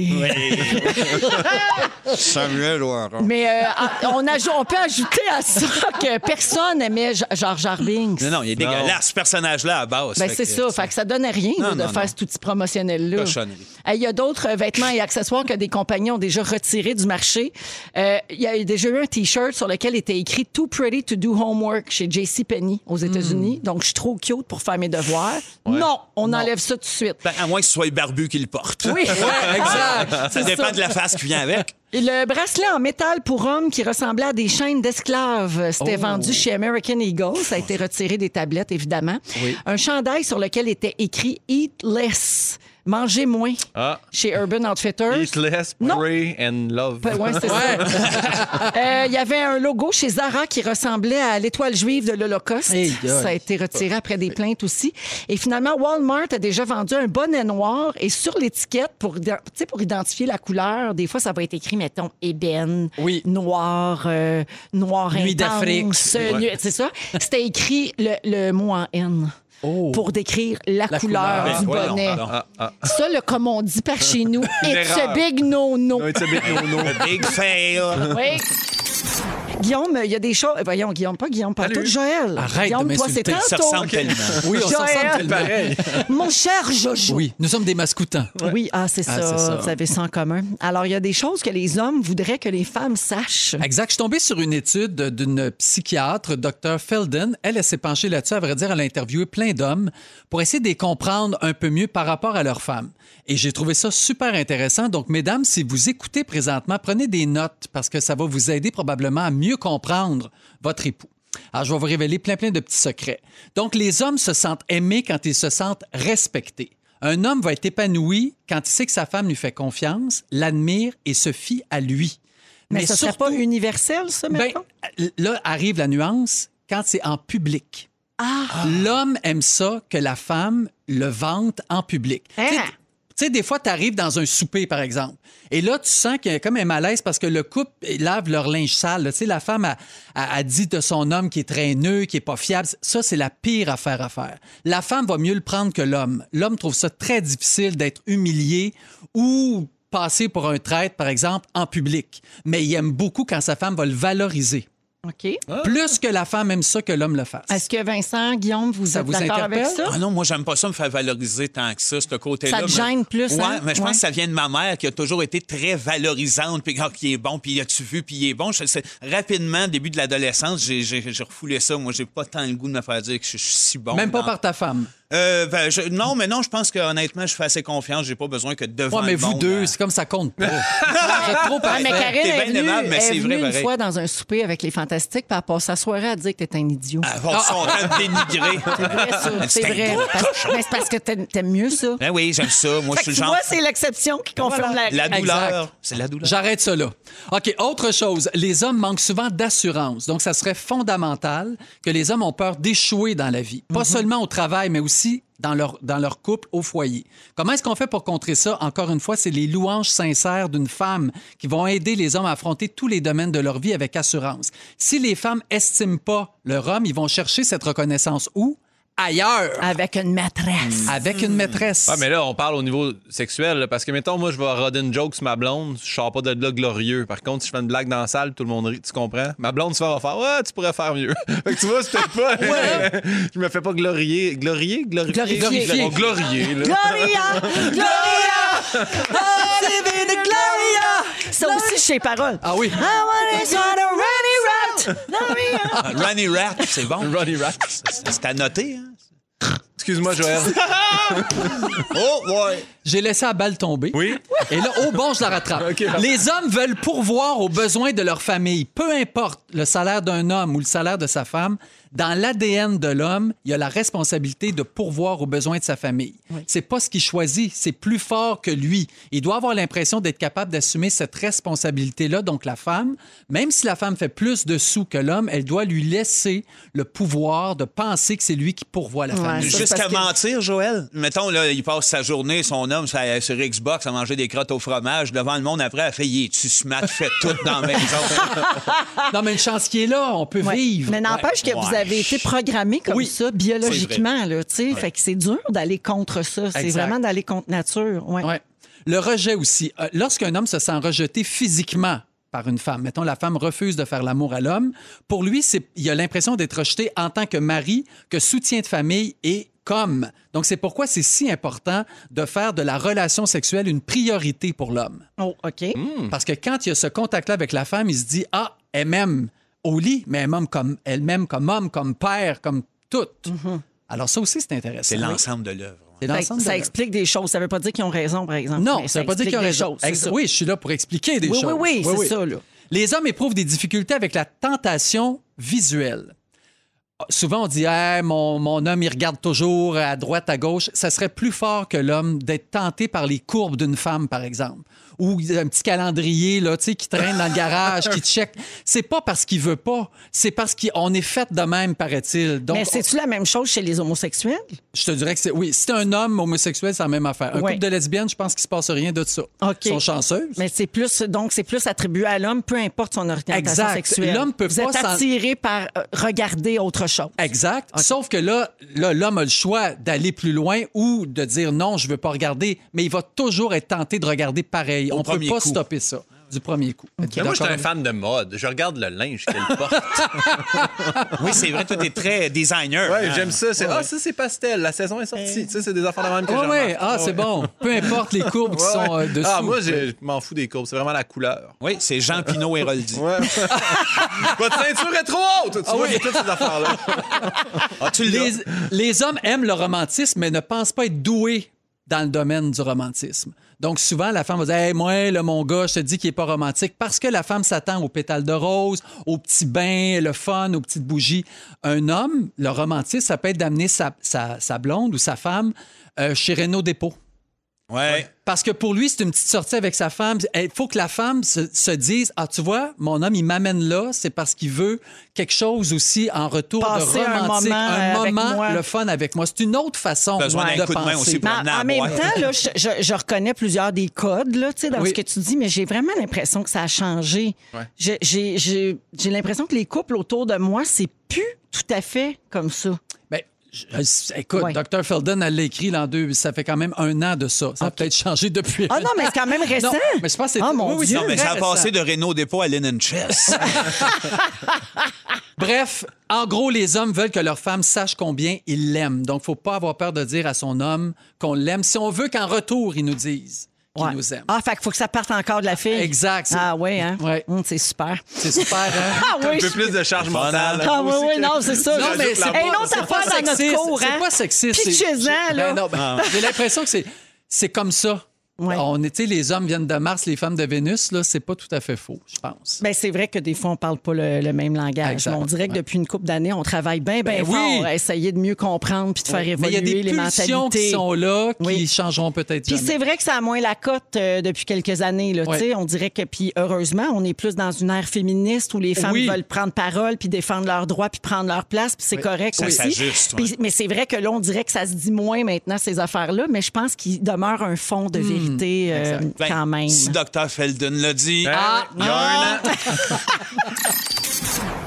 Speaker 5: Samuel
Speaker 1: Mais euh, on, aj- on peut ajouter à ça que personne aimait Jar- Jar Jar Binks.
Speaker 5: Non, non, il est dégueulasse, ce personnage-là, à base.
Speaker 1: Ben,
Speaker 5: Fait
Speaker 1: c'est
Speaker 5: que-
Speaker 1: ça. Fait que ça donne rien là,
Speaker 5: Non,
Speaker 1: de
Speaker 5: non,
Speaker 1: faire
Speaker 5: non.
Speaker 1: ce outil promotionnel-là.
Speaker 5: Cochonnerie.
Speaker 1: Hey, Il y a d'autres euh, vêtements et accessoires que des compagnies ont déjà retirés du marché. Euh, Il y a eu déjà eu un T-shirt sur lequel était écrit Too pretty to do homework chez JCPenney aux États-Unis.
Speaker 5: Hmm.
Speaker 1: Donc, je suis trop cute pour faire mes devoirs. Non, on enlère enlève ça tout de suite.
Speaker 5: Ben, à moins que ce soit le barbu qui le porte.
Speaker 1: Oui,
Speaker 2: exact.
Speaker 5: Ça dépend de la face qui vient avec.
Speaker 1: Et Le bracelet en métal pour hommes qui ressemblait à des chaînes d'esclaves, euh, c'était
Speaker 4: Oh.
Speaker 1: vendu chez American Eagle. Ça a été retiré des tablettes, évidemment. Un chandail sur lequel était écrit Eat less, mangez moins,
Speaker 4: Ah.
Speaker 1: chez Urban Outfitters.
Speaker 4: Eat less,
Speaker 1: Non.
Speaker 4: pray and love.
Speaker 1: Pe- ouais, c'est ça. Euh, Il y avait un logo chez Zara qui ressemblait à l'étoile juive de l'Holocauste.
Speaker 2: Hey, gueule.
Speaker 1: ça a été retiré après des plaintes aussi. Et finalement, Walmart a déjà vendu un bonnet noir et sur l'étiquette, pour, ident- tu sais, pour identifier la couleur, des fois, ça va être écrit, mettons, ébène,
Speaker 2: Oui.
Speaker 1: noir, euh, noir
Speaker 2: Nuit d'Afrique.
Speaker 1: intense, nuit- C'est ça. C'était écrit le, le mot en N. Pour décrire la, couleur,
Speaker 2: La couleur.
Speaker 1: du
Speaker 5: Ben, voyons,
Speaker 1: bonnet.
Speaker 5: pardon.
Speaker 4: Ah, ah.
Speaker 1: Ça, là, comme on dit par chez nous, it's a
Speaker 4: erreur.
Speaker 1: big no-no. Ah,
Speaker 4: Non, it's a bit no-no.
Speaker 5: Big fail.
Speaker 1: Oui. Guillaume, il y a des choses. euh, Voyons, Guillaume, pas Guillaume, pas tout. Joël.
Speaker 2: Arrête
Speaker 1: Guillaume,
Speaker 2: de
Speaker 1: toi, c'est
Speaker 2: m'insulter.
Speaker 5: Ça
Speaker 1: tantôt.
Speaker 5: ressemble tellement.
Speaker 2: Oui, on s'en
Speaker 1: Joël.
Speaker 2: ressemble tellement.
Speaker 4: Pareil.
Speaker 1: Mon cher Jojo.
Speaker 2: Oui, nous sommes des mascoutins.
Speaker 1: Oui, ah, c'est
Speaker 2: Ah,
Speaker 1: ça.
Speaker 2: c'est ça.
Speaker 1: Vous avez ça en commun. Alors, il y a des choses que les hommes voudraient que les femmes sachent.
Speaker 2: Exact. Je suis tombé sur une étude d'une psychiatre, Dr. Felden. Elle, elle s'est penchée là-dessus. À vrai dire, elle a interviewé plein d'hommes pour essayer de les comprendre un peu mieux par rapport à leurs femmes. Et j'ai trouvé ça super intéressant. Donc, mesdames, si vous écoutez présentement, prenez des notes parce que ça va vous aider probablement à mieux comprendre votre époux. Alors, je vais vous révéler plein, plein de petits secrets. Donc, les hommes se sentent aimés quand ils se sentent respectés. Un homme va être épanoui quand il sait que sa femme lui fait confiance, l'admire et se fie à lui.
Speaker 1: Mais, ça serait pas
Speaker 2: surtout-
Speaker 1: universel, ça, maintenant?
Speaker 2: ben, là arrive la nuance quand c'est en public.
Speaker 1: Ah.
Speaker 2: L'homme aime ça que la femme le vante en public.
Speaker 1: Hein?
Speaker 2: Tu sais, tu sais, des fois, tu arrives dans un souper, par exemple, et là, tu sens qu'il y a comme un malaise parce que le couple eh, lave leur linge sale. là. Tu sais, la femme a, a- a dit de son homme qui est traîneux, qui est pas fiable. Ça, c'est la pire affaire à faire. La femme va mieux le prendre que l'homme. L'homme trouve ça très difficile d'être humilié ou passer pour un traître, par exemple, en public. Mais il aime beaucoup quand sa femme va le valoriser.
Speaker 1: OK.
Speaker 2: Plus que la femme aime ça que l'homme le fasse.
Speaker 1: Ah. Est-ce que Vincent, Guillaume, vous
Speaker 2: Ça
Speaker 1: êtes
Speaker 2: vous
Speaker 1: d'accord avec
Speaker 2: interpelle?
Speaker 1: ça?
Speaker 5: Ah non, moi, j'aime pas ça me faire valoriser tant que ça, ce côté-là.
Speaker 1: Ça te
Speaker 5: mais-
Speaker 1: gêne plus,
Speaker 5: Ouais,
Speaker 1: hein?
Speaker 5: mais je pense
Speaker 1: Ouais.
Speaker 5: que ça vient de ma mère qui a toujours été très valorisante, puis quand il est bon, puis as-tu vu, puis il est bon. Je- c'est- rapidement, début de l'adolescence, j'ai, j'ai- j'ai refoulé ça. Moi, j'ai pas tant le goût de me faire dire que je, suis si bon.
Speaker 2: Même pas
Speaker 5: Non.
Speaker 2: par ta femme.
Speaker 5: Euh, ben, je- non, mais non, je pense que honnêtement, je fais assez confiance. J'ai pas besoin que devant
Speaker 2: Ouais, mais
Speaker 5: le
Speaker 2: vous
Speaker 5: monde,
Speaker 2: deux,
Speaker 5: euh,
Speaker 2: c'est comme ça compte pas. Vous êtes trop
Speaker 1: Ah, mais
Speaker 2: parfaits.
Speaker 1: Karine
Speaker 5: t'es
Speaker 1: est
Speaker 5: bien
Speaker 1: venue,
Speaker 5: aimable, mais
Speaker 1: est
Speaker 5: c'est
Speaker 1: venue
Speaker 5: vrai,
Speaker 1: une
Speaker 5: pareil.
Speaker 1: fois dans un souper avec les Fantastiques, puis elle passe sa soirée à dire que t'es un idiot.
Speaker 5: ah, bon, sont en train de dénigrer. Elle
Speaker 1: C'est vrai, ça,
Speaker 5: dit,
Speaker 1: c'est
Speaker 5: t'es un
Speaker 1: vrai.
Speaker 5: gros
Speaker 1: Parce- mais c'est parce que t'aimes t'aimes mieux ça.
Speaker 5: Ben oui, j'aime ça. Moi, je suis
Speaker 1: Fait que
Speaker 5: le
Speaker 1: tu
Speaker 5: genre.
Speaker 1: vois, c'est l'exception qui confirme la
Speaker 5: La
Speaker 1: règle.
Speaker 5: douleur. C'est la douleur.
Speaker 2: J'arrête cela. OK, autre chose. Les hommes manquent souvent d'assurance. Donc, ça serait fondamental que les hommes ont peur d'échouer dans la vie.
Speaker 5: Mhm.
Speaker 2: Pas seulement au travail, mais aussi dans leur, dans leur couple, au foyer. Comment est-ce qu'on fait pour contrer ça? Encore une fois, c'est les louanges sincères d'une femme qui vont aider les hommes à affronter tous les domaines de leur vie avec assurance. Si les femmes estiment pas leur homme, ils vont chercher cette reconnaissance où? Ailleurs.
Speaker 1: Avec une matrasse.
Speaker 2: Avec une maîtresse.
Speaker 4: Ah, mais là, on parle au niveau sexuel, là, parce que, mettons, moi, je vais roder une joke sur ma blonde, je sors pas de là glorieux. Par contre, si je fais une blague dans la salle, tout le monde rit, tu comprends? Ma blonde se fait faire, ouais, tu pourrais faire mieux. fait que tu vois, c'était pas. je me fais pas glorier. Glorier?
Speaker 1: Glorifier.
Speaker 4: Glorifier? Glorifier. glorier, là.
Speaker 1: Gloria! Gloria! Oh, living the Gloria! Ça aussi, je sais les paroles.
Speaker 2: Ah oui.
Speaker 1: I want it on a rainy road. Gloria!
Speaker 5: Ah, Ronnie Rat, c'est bon.
Speaker 4: Ronnie Rack.
Speaker 5: C'est à noter. Hein?
Speaker 4: Excuse-moi, Joël.
Speaker 5: Oh, ouais.
Speaker 2: J'ai laissé la balle tomber.
Speaker 4: Oui.
Speaker 2: Et là, oh bon, je la rattrape.
Speaker 4: OK, pardon.
Speaker 2: les hommes veulent pourvoir aux besoins de leur famille. Peu importe le salaire d'un homme ou le salaire de sa femme, dans l'ADN de l'homme, il y a la responsabilité de pourvoir aux besoins de sa famille. C'est pas ce qu'il choisit, c'est plus fort que lui. Il doit avoir l'impression d'être capable d'assumer cette responsabilité-là. Donc, la femme, même si la femme fait plus de sous que l'homme, elle doit lui laisser le pouvoir de penser que c'est lui qui pourvoit la famille.
Speaker 1: Ça,
Speaker 5: Jusqu'à
Speaker 1: parce que-
Speaker 5: mentir, Joël. Mettons, là, il passe sa journée, son homme, sa- sur Xbox, à manger des crottes au fromage. Devant le monde, après, elle fait Il est-tu smart, fait tout dans la maison.
Speaker 2: Non, mais une chance qui est là, on peut
Speaker 1: Ouais.
Speaker 2: vivre.
Speaker 1: Mais n'empêche que vous
Speaker 5: Ouais.
Speaker 1: avez été programmé comme
Speaker 2: Oui.
Speaker 1: ça biologiquement, là, tu sais. Fait que c'est dur d'aller contre ça. C'est
Speaker 2: Exact.
Speaker 1: vraiment d'aller contre nature. Ouais.
Speaker 2: Ouais. Le rejet aussi. Euh, Lorsqu'un homme se sent rejeté physiquement par une femme, mettons la femme refuse de faire l'amour à l'homme, pour lui, c'est- il a l'impression d'être rejeté en tant que mari, que soutien de famille et comme. Donc c'est pourquoi c'est si important de faire de la relation sexuelle une priorité pour l'homme.
Speaker 1: Oh, OK.
Speaker 5: Hmm.
Speaker 2: Parce que quand il y a ce contact-là avec la femme, il se dit Ah, elle m'aime au lit, mais elle m'aime comme, elle m'aime comme homme, comme père, comme tout. Alors, ça aussi, c'est intéressant.
Speaker 5: Mhm. C'est l'ensemble de l'œuvre. ouais.
Speaker 1: Fait
Speaker 2: C'est
Speaker 1: que
Speaker 2: l'ensemble de
Speaker 1: ça
Speaker 2: l'œuvre.
Speaker 1: explique des choses. Ça veut pas dire qu'ils ont raison, par exemple.
Speaker 2: Non,
Speaker 1: Mais
Speaker 2: ça veut pas dire
Speaker 1: explique
Speaker 2: qu'il y a
Speaker 1: des
Speaker 2: raison.
Speaker 1: choses, c'est
Speaker 2: Ex-
Speaker 1: ça.
Speaker 2: Oui, je suis là pour expliquer des
Speaker 1: Oui,
Speaker 2: choses.
Speaker 1: oui, oui, c'est ça, là.
Speaker 2: Les hommes éprouvent des difficultés avec la tentation visuelle. Souvent, on dit Hey, mon, mon homme, il regarde toujours à droite, à gauche. Ça serait plus fort que l'homme d'être tenté par les courbes d'une femme, par exemple. Ou un petit calendrier là, tu sais, qui traîne dans le garage, qui check. C'est pas parce qu'il veut pas, c'est parce qu'on est fait de même, paraît-il. Donc,
Speaker 1: Mais c'est-tu la même chose chez les homosexuels?
Speaker 2: je te dirais que c'est. Oui, si t'es un homme homosexuel, c'est la même affaire. Un
Speaker 1: Ouais.
Speaker 2: couple de lesbiennes, je pense qu'il se passe rien de ça.
Speaker 1: OK.
Speaker 2: Ils sont chanceuses.
Speaker 1: Mais c'est plus, donc c'est plus attribué à l'homme, peu importe son orientation
Speaker 2: Exact.
Speaker 1: sexuelle.
Speaker 2: L'homme peut
Speaker 1: Vous
Speaker 2: pas
Speaker 1: êtes
Speaker 2: s'en-
Speaker 1: attiré par euh, regarder autre chose.
Speaker 2: Exact. Sauf que là, là, l'homme a le choix d'aller plus loin ou de dire non, je veux pas regarder, mais il va toujours être tenté de regarder pareil. On peut
Speaker 5: premier
Speaker 2: pas
Speaker 5: coup.
Speaker 2: stopper ça. du premier coup. Êtes-vous
Speaker 4: Mais Ben, moi, je suis
Speaker 2: d'accord
Speaker 4: un
Speaker 2: avec-
Speaker 4: fan de mode. Je regarde le linge qu'elle porte.
Speaker 5: Oui, c'est vrai, toi, t'es très designer.
Speaker 4: Ouais,
Speaker 5: hein.
Speaker 4: j'aime ça. C'est, Ah, ça, c'est pastel. La saison est sortie. Tu sais, c'est des affaires de même que
Speaker 2: Ouais,
Speaker 4: je
Speaker 2: ouais.
Speaker 4: remarque.
Speaker 2: Ah, c'est bon. Peu importe les courbes qui
Speaker 4: Ouais,
Speaker 2: sont
Speaker 4: ouais.
Speaker 2: euh, dessous.
Speaker 4: Ah, moi, j'ai- je m'en fous des courbes. C'est vraiment la couleur.
Speaker 5: Oui, c'est Jean Pinot Héroldi.
Speaker 4: Votre ceinture est trop haute. Tu vois, j'ai toutes ces affaires-là.
Speaker 5: Ah, tu l'as.
Speaker 2: les, les hommes aiment le romantisme, mais ne pensent pas être doués dans le domaine du romantisme. Donc, souvent, la femme va dire Hey, Moi, là, mon gars, je te dis qu'il n'est pas romantique parce que la femme s'attend aux pétales de rose, aux petits bains, le fun, aux petites bougies. Un homme, le romantisme, ça peut être d'amener sa, sa- sa blonde ou sa femme euh, chez Renault Dépôt.
Speaker 5: Ouais.
Speaker 2: Parce que pour lui, c'est une petite sortie avec sa femme. Il faut que la femme se, se dise Ah, tu vois, mon homme, il m'amène là, c'est parce qu'il veut quelque chose aussi en retour
Speaker 1: Passer
Speaker 2: de
Speaker 1: un
Speaker 2: romantique,
Speaker 1: moment, euh, avec moi.
Speaker 2: le fun avec moi. C'est une autre façon
Speaker 5: Besoin d'un
Speaker 2: de
Speaker 5: coup de main
Speaker 2: penser.
Speaker 5: aussi pour-
Speaker 1: Mais
Speaker 5: Promenant
Speaker 1: en,
Speaker 5: à
Speaker 1: en même
Speaker 5: boire.
Speaker 1: temps, là, je, je- je reconnais plusieurs des codes là, tu sais, dans
Speaker 2: Oui.
Speaker 1: ce que tu dis, mais j'ai vraiment l'impression que ça a changé. J'ai- J'ai j'ai- j'ai l'impression que les couples autour de moi, c'est plus tout à fait comme ça.
Speaker 2: Ben, je- je- écoute,
Speaker 1: Ouais.
Speaker 2: Dr. Felden, elle l'a écrit l'an deux, ça fait quand même un an de ça. Ça a peut-être changé depuis.
Speaker 1: Ah non, mais c'est quand même récent.
Speaker 2: Non, mais je pense que c'est-
Speaker 1: Ah, mon
Speaker 2: oui, oui,
Speaker 1: Dieu.
Speaker 5: Non, mais ça a
Speaker 2: Intéressant.
Speaker 5: passé de Renault Dépôt à Linen Chess.
Speaker 2: Bref, en gros, les hommes veulent que leur femme sache combien ils l'aiment. Donc, faut pas avoir peur de dire à son homme qu'on l'aime si on veut qu'en retour, ils nous disent qu'ils
Speaker 1: Ouais.
Speaker 2: nous aiment.
Speaker 1: Ah, fait qu'il faut que ça parte encore de la fille.
Speaker 2: Exact. C'est-
Speaker 1: Ah ouais, hein?
Speaker 2: Ouais.
Speaker 1: Hum, c'est super.
Speaker 2: C'est super, hein?
Speaker 1: Ah oui,
Speaker 4: Un peu
Speaker 1: je-
Speaker 4: plus de charge
Speaker 5: Bonne
Speaker 4: mentale.
Speaker 5: année.
Speaker 1: Ah oui, oui, non, c'est ça.
Speaker 2: Non, mais c'est
Speaker 1: Hey,
Speaker 2: pas,
Speaker 1: une autre
Speaker 2: c'est pas
Speaker 1: affaire dans notre
Speaker 2: sexiste.
Speaker 1: cours, hein?
Speaker 2: C'est pas sexiste. c'est-
Speaker 1: Pitchez-en, là. Ah.
Speaker 2: Ben non, ben, J'ai l'impression que c'est, c'est comme ça.
Speaker 1: Ouais.
Speaker 2: On est, tu sais, les hommes viennent de Mars, les femmes de Vénus, là, c'est pas tout à fait faux, je pense.
Speaker 1: Ben, c'est vrai que des fois, on parle pas le, le même langage.
Speaker 2: Exact.
Speaker 1: Mais on dirait que
Speaker 2: Ouais.
Speaker 1: depuis une couple d'années, on travaille bien, bien
Speaker 2: Ben
Speaker 1: fort
Speaker 2: oui.
Speaker 1: à essayer de mieux comprendre puis de faire
Speaker 2: Mais il y
Speaker 1: évoluer
Speaker 2: a des
Speaker 1: les
Speaker 2: pulsions
Speaker 1: mentalités.
Speaker 2: qui sont là, qui
Speaker 1: Oui.
Speaker 2: changeront peut-être
Speaker 1: Puis
Speaker 2: jamais.
Speaker 1: c'est vrai que ça a moins la cote euh, depuis quelques années. Là,
Speaker 2: Ouais.
Speaker 1: Tu sais, On dirait que, puis heureusement, on est plus dans une ère féministe où les femmes
Speaker 2: Oui.
Speaker 1: veulent prendre parole, puis défendre leurs droits, puis prendre leur place, puis c'est correct
Speaker 5: Ça
Speaker 1: aussi.
Speaker 5: s'ajuste, ouais.
Speaker 1: Puis- Mais c'est vrai que là, on dirait que ça se dit moins maintenant, ces affaires-là, mais je pense qu'il demeure un fond
Speaker 2: Hmm.
Speaker 1: de vérité euh,
Speaker 5: Ben,
Speaker 1: quand même.
Speaker 5: Si Dr. Felden l'a dit.
Speaker 4: Ah, il y a un an.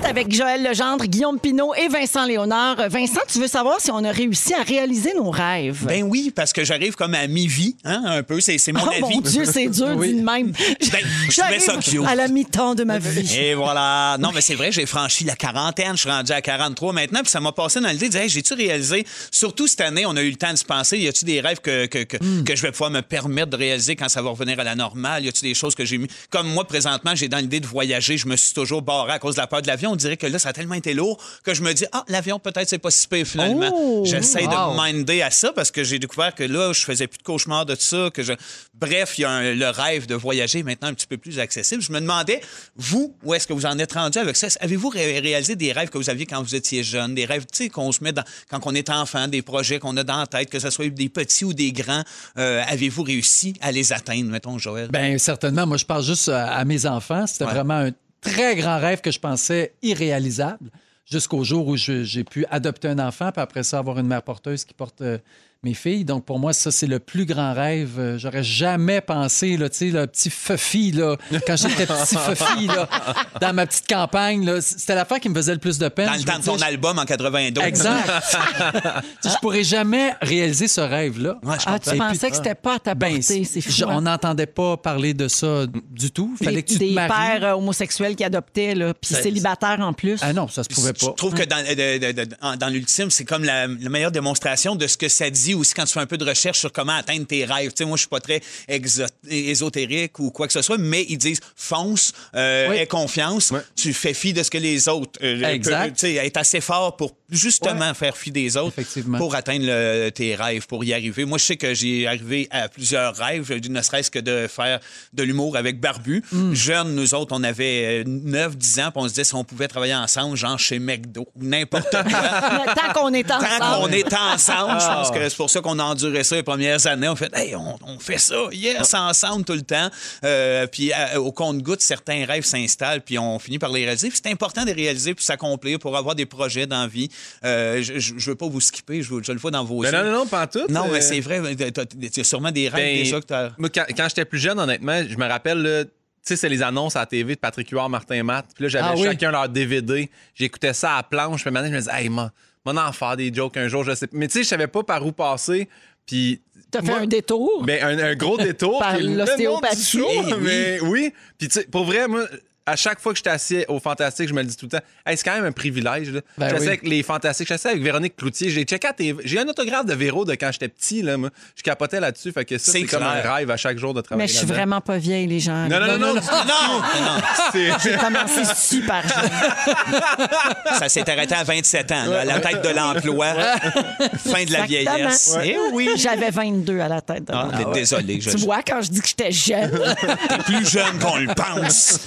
Speaker 1: Avec Joël Legendre, Guillaume Pinault et Vincent Léonard. Euh, Vincent, tu veux savoir si on a réussi à réaliser nos rêves?
Speaker 5: Ben oui, parce que j'arrive comme à mi-vie, hein, un peu. C'est c'est mon
Speaker 1: oh
Speaker 5: avis.
Speaker 1: mon Dieu, c'est dur
Speaker 2: Oui.
Speaker 1: dit de même.
Speaker 5: Ben, je trouvais ça
Speaker 1: J'arrive
Speaker 5: cute. Eh,
Speaker 1: à la mi-temps de ma vie.
Speaker 5: Et voilà. Non, mais c'est vrai, j'ai franchi la quarantaine. Je suis rendu à 43 maintenant. Puis ça m'a passé dans le dé. de dire, Hey, j'ai-tu réalisé? Surtout cette année, on a eu le temps de se penser. Y a-tu des rêves que, que, que, que je vais pouvoir me permettre de réaliser quand ça va revenir à la normale? Y a-tu des choses que j'ai mis? Comme moi, présentement, j'ai dans l'idée de voyager. Je me suis toujours barré à cause de la peur de l'avion. On dirait que là, ça a tellement été lourd que je me dis, ah, l'avion, peut-être, c'est pas si pire finalement.
Speaker 1: Oh!
Speaker 5: J'essaie
Speaker 2: Wow.
Speaker 5: de me mindé à ça parce que j'ai découvert que là, je faisais plus de cauchemars de ça. Que je... Bref, il y a un- le rêve de voyager est maintenant un petit peu plus accessible. Je me demandais, vous, où est-ce que vous en êtes rendu avec ça? Avez-vous ré- réalisé des rêves que vous aviez quand vous étiez jeune? Des rêves, tu sais, qu'on se met dans, quand on est enfant, des projets qu'on a dans la tête, que ce soit des petits ou des grands. euh, Avez-vous réussi à les atteindre, mettons, Joël?
Speaker 2: Ben certainement. Moi, je pense juste euh, à, à mes enfants. C'était
Speaker 5: Ouais.
Speaker 2: vraiment un très grand rêve que je pensais irréalisable jusqu'au jour où je- j'ai pu adopter un enfant, puis après ça, avoir une mère porteuse qui porte euh, mes filles. Donc, pour moi, ça, c'est le plus grand rêve. Euh, J'aurais jamais pensé, là, tu sais, le petit feufi, là, quand j'étais petit feufi, là, dans ma petite campagne, là, c'était l'affaire qui me faisait le plus de peine.
Speaker 5: dans le
Speaker 2: Je
Speaker 5: temps
Speaker 2: me
Speaker 5: de ton
Speaker 2: disais,
Speaker 5: album en 92.
Speaker 2: Exact. Tu sais, je pourrais jamais réaliser ce rêve-là.
Speaker 5: Ouais, je
Speaker 1: Ah, tu
Speaker 2: Et puis-
Speaker 1: pensais que c'était pas à ta
Speaker 2: Ben,
Speaker 1: portée, c'est
Speaker 2: je-
Speaker 1: fou. hein?
Speaker 2: on n'entendait pas parler de ça du tout.
Speaker 1: Des,
Speaker 2: Fallait que tu
Speaker 1: des
Speaker 2: te maries.
Speaker 1: pères euh, homosexuels qui adoptaient, là, puis célibataires en plus.
Speaker 2: Ah non, ça se pouvait
Speaker 5: Je
Speaker 2: pas. Mm.
Speaker 5: trouve que dans, euh, de- de- de- en- dans l'ultime, c'est comme la, la meilleure démonstration de ce que ça dit aussi quand tu fais un peu de recherche sur comment atteindre tes rêves. Tu sais, moi, je suis pas très exo- ésotérique ou quoi que ce soit, mais ils disent fonce, euh,
Speaker 2: Oui.
Speaker 5: aie confiance, tu fais fi de ce que les autres. euh,
Speaker 2: Exact.
Speaker 5: peuvent- Tu sais, être assez fort pour justement faire fi des autres
Speaker 2: Effectivement.
Speaker 5: pour atteindre le- tes rêves, pour y arriver. Moi, je sais que j'ai arrivé à plusieurs rêves, ne serait-ce que de faire de l'humour avec Barbu. Jeunes, nous autres, on avait 9-10 ans, puis on se disait si on pouvait travailler ensemble, genre chez McDo, n'importe quoi.
Speaker 1: Mais Tant qu'on est ensemble.
Speaker 5: Tant qu'on est ensemble, je pense que c'est pour ça qu'on a enduré ça les premières années. On fait, hey, on, on fait ça, yes, ensemble tout le temps. Euh, puis à- au compte-goutte, certains rêves s'installent, puis on finit par les réaliser. Puis c'est important de les réaliser, puis s'accomplir pour avoir des projets dans la vie. Euh, je, je, je veux pas vous skipper, je, vous- je le vois dans vos
Speaker 4: Mais
Speaker 5: yeux.
Speaker 4: non, non, non, pas en tout.
Speaker 5: Non, mais
Speaker 4: Euh,
Speaker 5: c'est vrai, t'as- t'as- t'as sûrement des rêves
Speaker 4: Ben,
Speaker 5: déjà que t'as.
Speaker 4: Moi, quand, quand j'étais plus jeune, honnêtement, je me rappelle, là, tu sais, c'est les annonces à la TV de Patrick Huard, Martin Matt. Puis là, j'avais
Speaker 2: Ah oui.
Speaker 4: chacun leur DVD. J'écoutais ça à planche. Puis maintenant, je me disais, hey, man, mon en faire des jokes un jour, je sais. Mais tu sais, je savais pas par où passer. Puis.
Speaker 1: T'as fait
Speaker 4: moi-
Speaker 1: un détour.
Speaker 4: Ben, un, un gros détour.
Speaker 1: Par
Speaker 4: puis le
Speaker 1: l'ostéopathie.
Speaker 4: monde du show,
Speaker 1: Eh oui.
Speaker 4: mais oui. Puis, tu sais, pour vrai, moi, à chaque fois que je suis assis au Fantastique, je me le dis tout le temps, Hey, c'est quand même un privilège. Là. je
Speaker 2: Ben
Speaker 4: suis assis
Speaker 2: oui.
Speaker 4: avec les Fantastiques, je suis assis avec Véronique Cloutier. J'ai checké à TV. J'ai un autographe de Véro de quand j'étais petit. Là, moi. Je capotais là-dessus. Fait que ça,
Speaker 5: C'est
Speaker 4: c'est comme un
Speaker 5: clair.
Speaker 4: rêve à chaque jour de travailler.
Speaker 1: Mais je suis
Speaker 4: là-dedans.
Speaker 1: vraiment pas vieille, les gens.
Speaker 4: Non, non, non, non.
Speaker 5: Non! non,
Speaker 4: c'est-
Speaker 1: J'ai commencé super jeune.
Speaker 5: ça s'est arrêté à 27 ans, là, à la tête de l'emploi, fin de la
Speaker 1: Exactement.
Speaker 5: vieillesse. Eh oui!
Speaker 1: J'avais 22 à la tête. de
Speaker 5: Ah,
Speaker 1: mon
Speaker 5: t'es
Speaker 1: âge.
Speaker 5: désolé, je-
Speaker 1: Tu vois, quand je dis que j'étais jeune,
Speaker 5: T'es plus jeune qu'on le pense.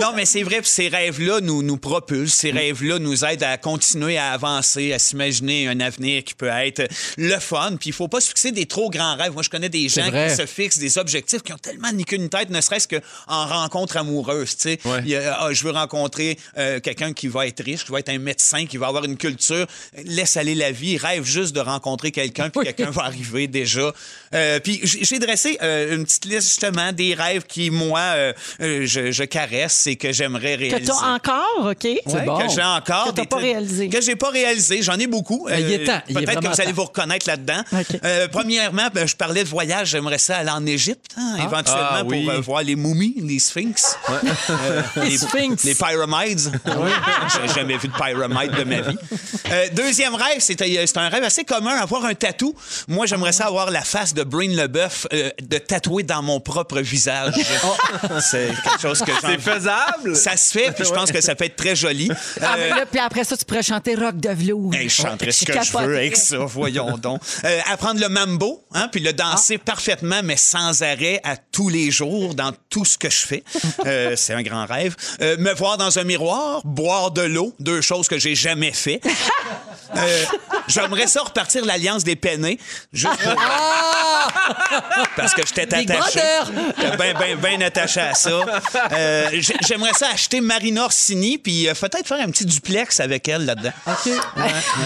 Speaker 5: Non, mais c'est vrai, puis ces rêves-là nous, nous propulsent. Ces rêves-là nous aident à continuer à avancer, à s'imaginer un avenir qui peut être le fun. Puis il faut pas se fixer des trop grands rêves. Moi, je connais des gens
Speaker 2: vrai.
Speaker 5: qui se fixent des objectifs qui ont tellement ni qu'une tête, ne serait-ce qu'en rencontre amoureuse. Tu sais,
Speaker 4: Ouais.
Speaker 5: Il y a, ah, je veux rencontrer euh, quelqu'un qui va être riche, qui va être un médecin, qui va avoir une culture. Laisse aller la vie. Rêve juste de rencontrer quelqu'un, puis
Speaker 2: Oui.
Speaker 5: quelqu'un va arriver déjà. Euh, puis j- j'ai dressé euh, une petite liste justement des rêves qui, moi, euh, euh, je, je caresse et que j'aimerais
Speaker 1: que
Speaker 5: réaliser.
Speaker 1: t'as encore, OK?
Speaker 2: C'est bon.
Speaker 5: Que j'ai encore.
Speaker 1: Que t'as
Speaker 5: des
Speaker 1: pas
Speaker 5: trucs
Speaker 1: réalisé.
Speaker 5: Que j'ai pas réalisé. J'en ai beaucoup. Euh,
Speaker 2: Ben, il est temps. Il est
Speaker 5: Peut-être que
Speaker 2: vraiment
Speaker 5: vous allez
Speaker 2: temps.
Speaker 5: vous reconnaître là-dedans.
Speaker 1: OK.
Speaker 5: Euh, premièrement, ben, je parlais de voyage. J'aimerais ça aller en Égypte, hein, éventuellement,
Speaker 4: Ah, oui.
Speaker 5: pour euh, voir les momies, les sphinx. Euh,
Speaker 1: Les sphinx.
Speaker 5: Les pyramides. J'ai jamais vu de pyramide de ma vie. Euh, deuxième rêve, c'est euh, c'est un rêve assez commun, avoir un tatou. Moi, j'aimerais ça avoir la face de Breen Leboeuf euh, de tatouer dans mon propre visage. C'est quelque chose que j'ai
Speaker 4: Ah. C'est faisable.
Speaker 5: ça se fait, puis je pense que ça peut être très joli.
Speaker 1: Ah,
Speaker 5: Euh,
Speaker 1: mais là, puis après ça, tu pourrais chanter Rock de velours.
Speaker 5: hey, je chanterai ce
Speaker 1: Je
Speaker 5: que je
Speaker 1: capoterais.
Speaker 5: veux avec ça, voyons donc. Euh, apprendre le mambo, hein, puis le danser parfaitement, mais sans arrêt, à tous les jours, dans tout ce que je fais. Euh, c'est un grand rêve. Euh, me voir dans un miroir, boire de l'eau, deux choses que j'ai jamais fait. Euh, J'aimerais ça repartir l'Alliance des Pennés. Juste pour- Parce que j'étais
Speaker 2: Big
Speaker 5: attaché. Euh,
Speaker 2: Brother!
Speaker 5: J'étais bien, bien, bien ben attaché à ça. Euh, j'ai- J'aimerais ça acheter Marina Orsini, puis euh, peut-être faire un petit duplex avec elle là-dedans.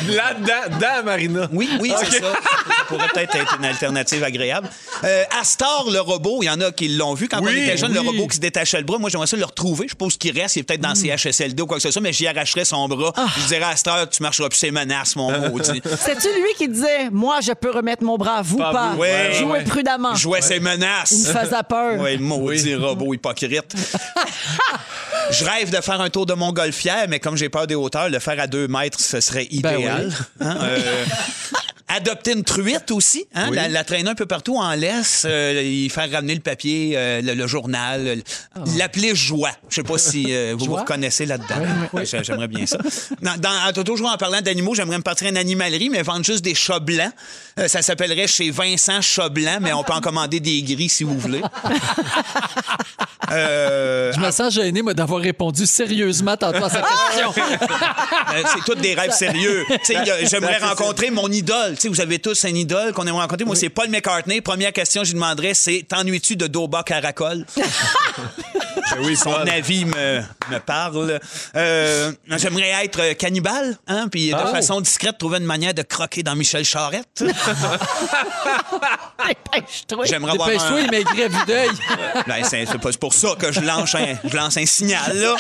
Speaker 4: Là-dedans, dans Marina.
Speaker 5: Oui, oui, c'est ça. Ça pourrait peut-être être une alternative agréable. Euh, Astor, le robot, il y en a qui l'ont vu quand on
Speaker 4: Oui,
Speaker 5: était jeune,
Speaker 4: oui. Hmm.
Speaker 5: le robot qui se détachait le bras. Moi, j'aimerais ça le retrouver. Je suppose qu'il reste, il est peut-être dans CHSLD ou quoi que ce soit, mais j'y arracherais son bras.
Speaker 4: Ah.
Speaker 5: Je dirais, Astor, tu marcheras plus ces menaces, mon maudit.
Speaker 1: C'est-tu lui qui disait Moi, je peux remettre mon bras à vous, pas,
Speaker 4: Pas vous,
Speaker 5: ouais,
Speaker 1: Jouez
Speaker 5: ouais.
Speaker 4: Ah.
Speaker 1: prudemment.
Speaker 5: Jouais ces menaces.
Speaker 1: Il me faisait peur.
Speaker 5: Oui, maudit robot hypocrite. Je rêve de faire un tour de montgolfière, mais comme j'ai peur des hauteurs, le faire à deux mètres, ce serait
Speaker 2: Ben
Speaker 5: idéal. Hein, euh, adopter une truite aussi, hein, la, la traîner un peu partout en laisse, euh, y faire ramener le papier, euh, le, le journal, euh, l'appeler Joie. Je sais pas si euh, vous vous
Speaker 2: Ah. Joie?
Speaker 5: reconnaissez là-dedans. Ouais, j'a- J'aimerais bien ça. Dans, dans- en- toujours en parlant d'animaux, j'aimerais me partir à une animalerie, mais vendre juste des chats blancs. Euh, ça s'appellerait chez Vincent Chat Blanc, mais on peut en commander des gris si vous voulez. Euh,
Speaker 2: Je me sens gêné, moi, d'avoir répondu sérieusement tantôt à sa
Speaker 5: Ah!
Speaker 2: question.
Speaker 5: Euh, c'est tous des rêves sérieux. Tu sais, il y a- J'aimerais rencontrer mon idole. Tu sais, vous avez tous un idole qu'on aimerait rencontrer. Moi, c'est Paul McCartney. Première question que je lui demanderais, c'est T'ennuies-tu de Doba Caracol?
Speaker 2: Ben
Speaker 5: oui, son avis me, me parle. Euh, J'aimerais être euh, cannibale, hein, puis
Speaker 2: Oh.
Speaker 5: de façon discrète, trouver une manière de croquer dans Michel Charette.
Speaker 1: Dépêche-toi.
Speaker 5: J'aimerais avoir un-
Speaker 2: Dépêche-toi, il maigrit à vue d'œil.
Speaker 5: Ben, c'est c'est pas c'est pour ça que je lance un, je lance un signal, là.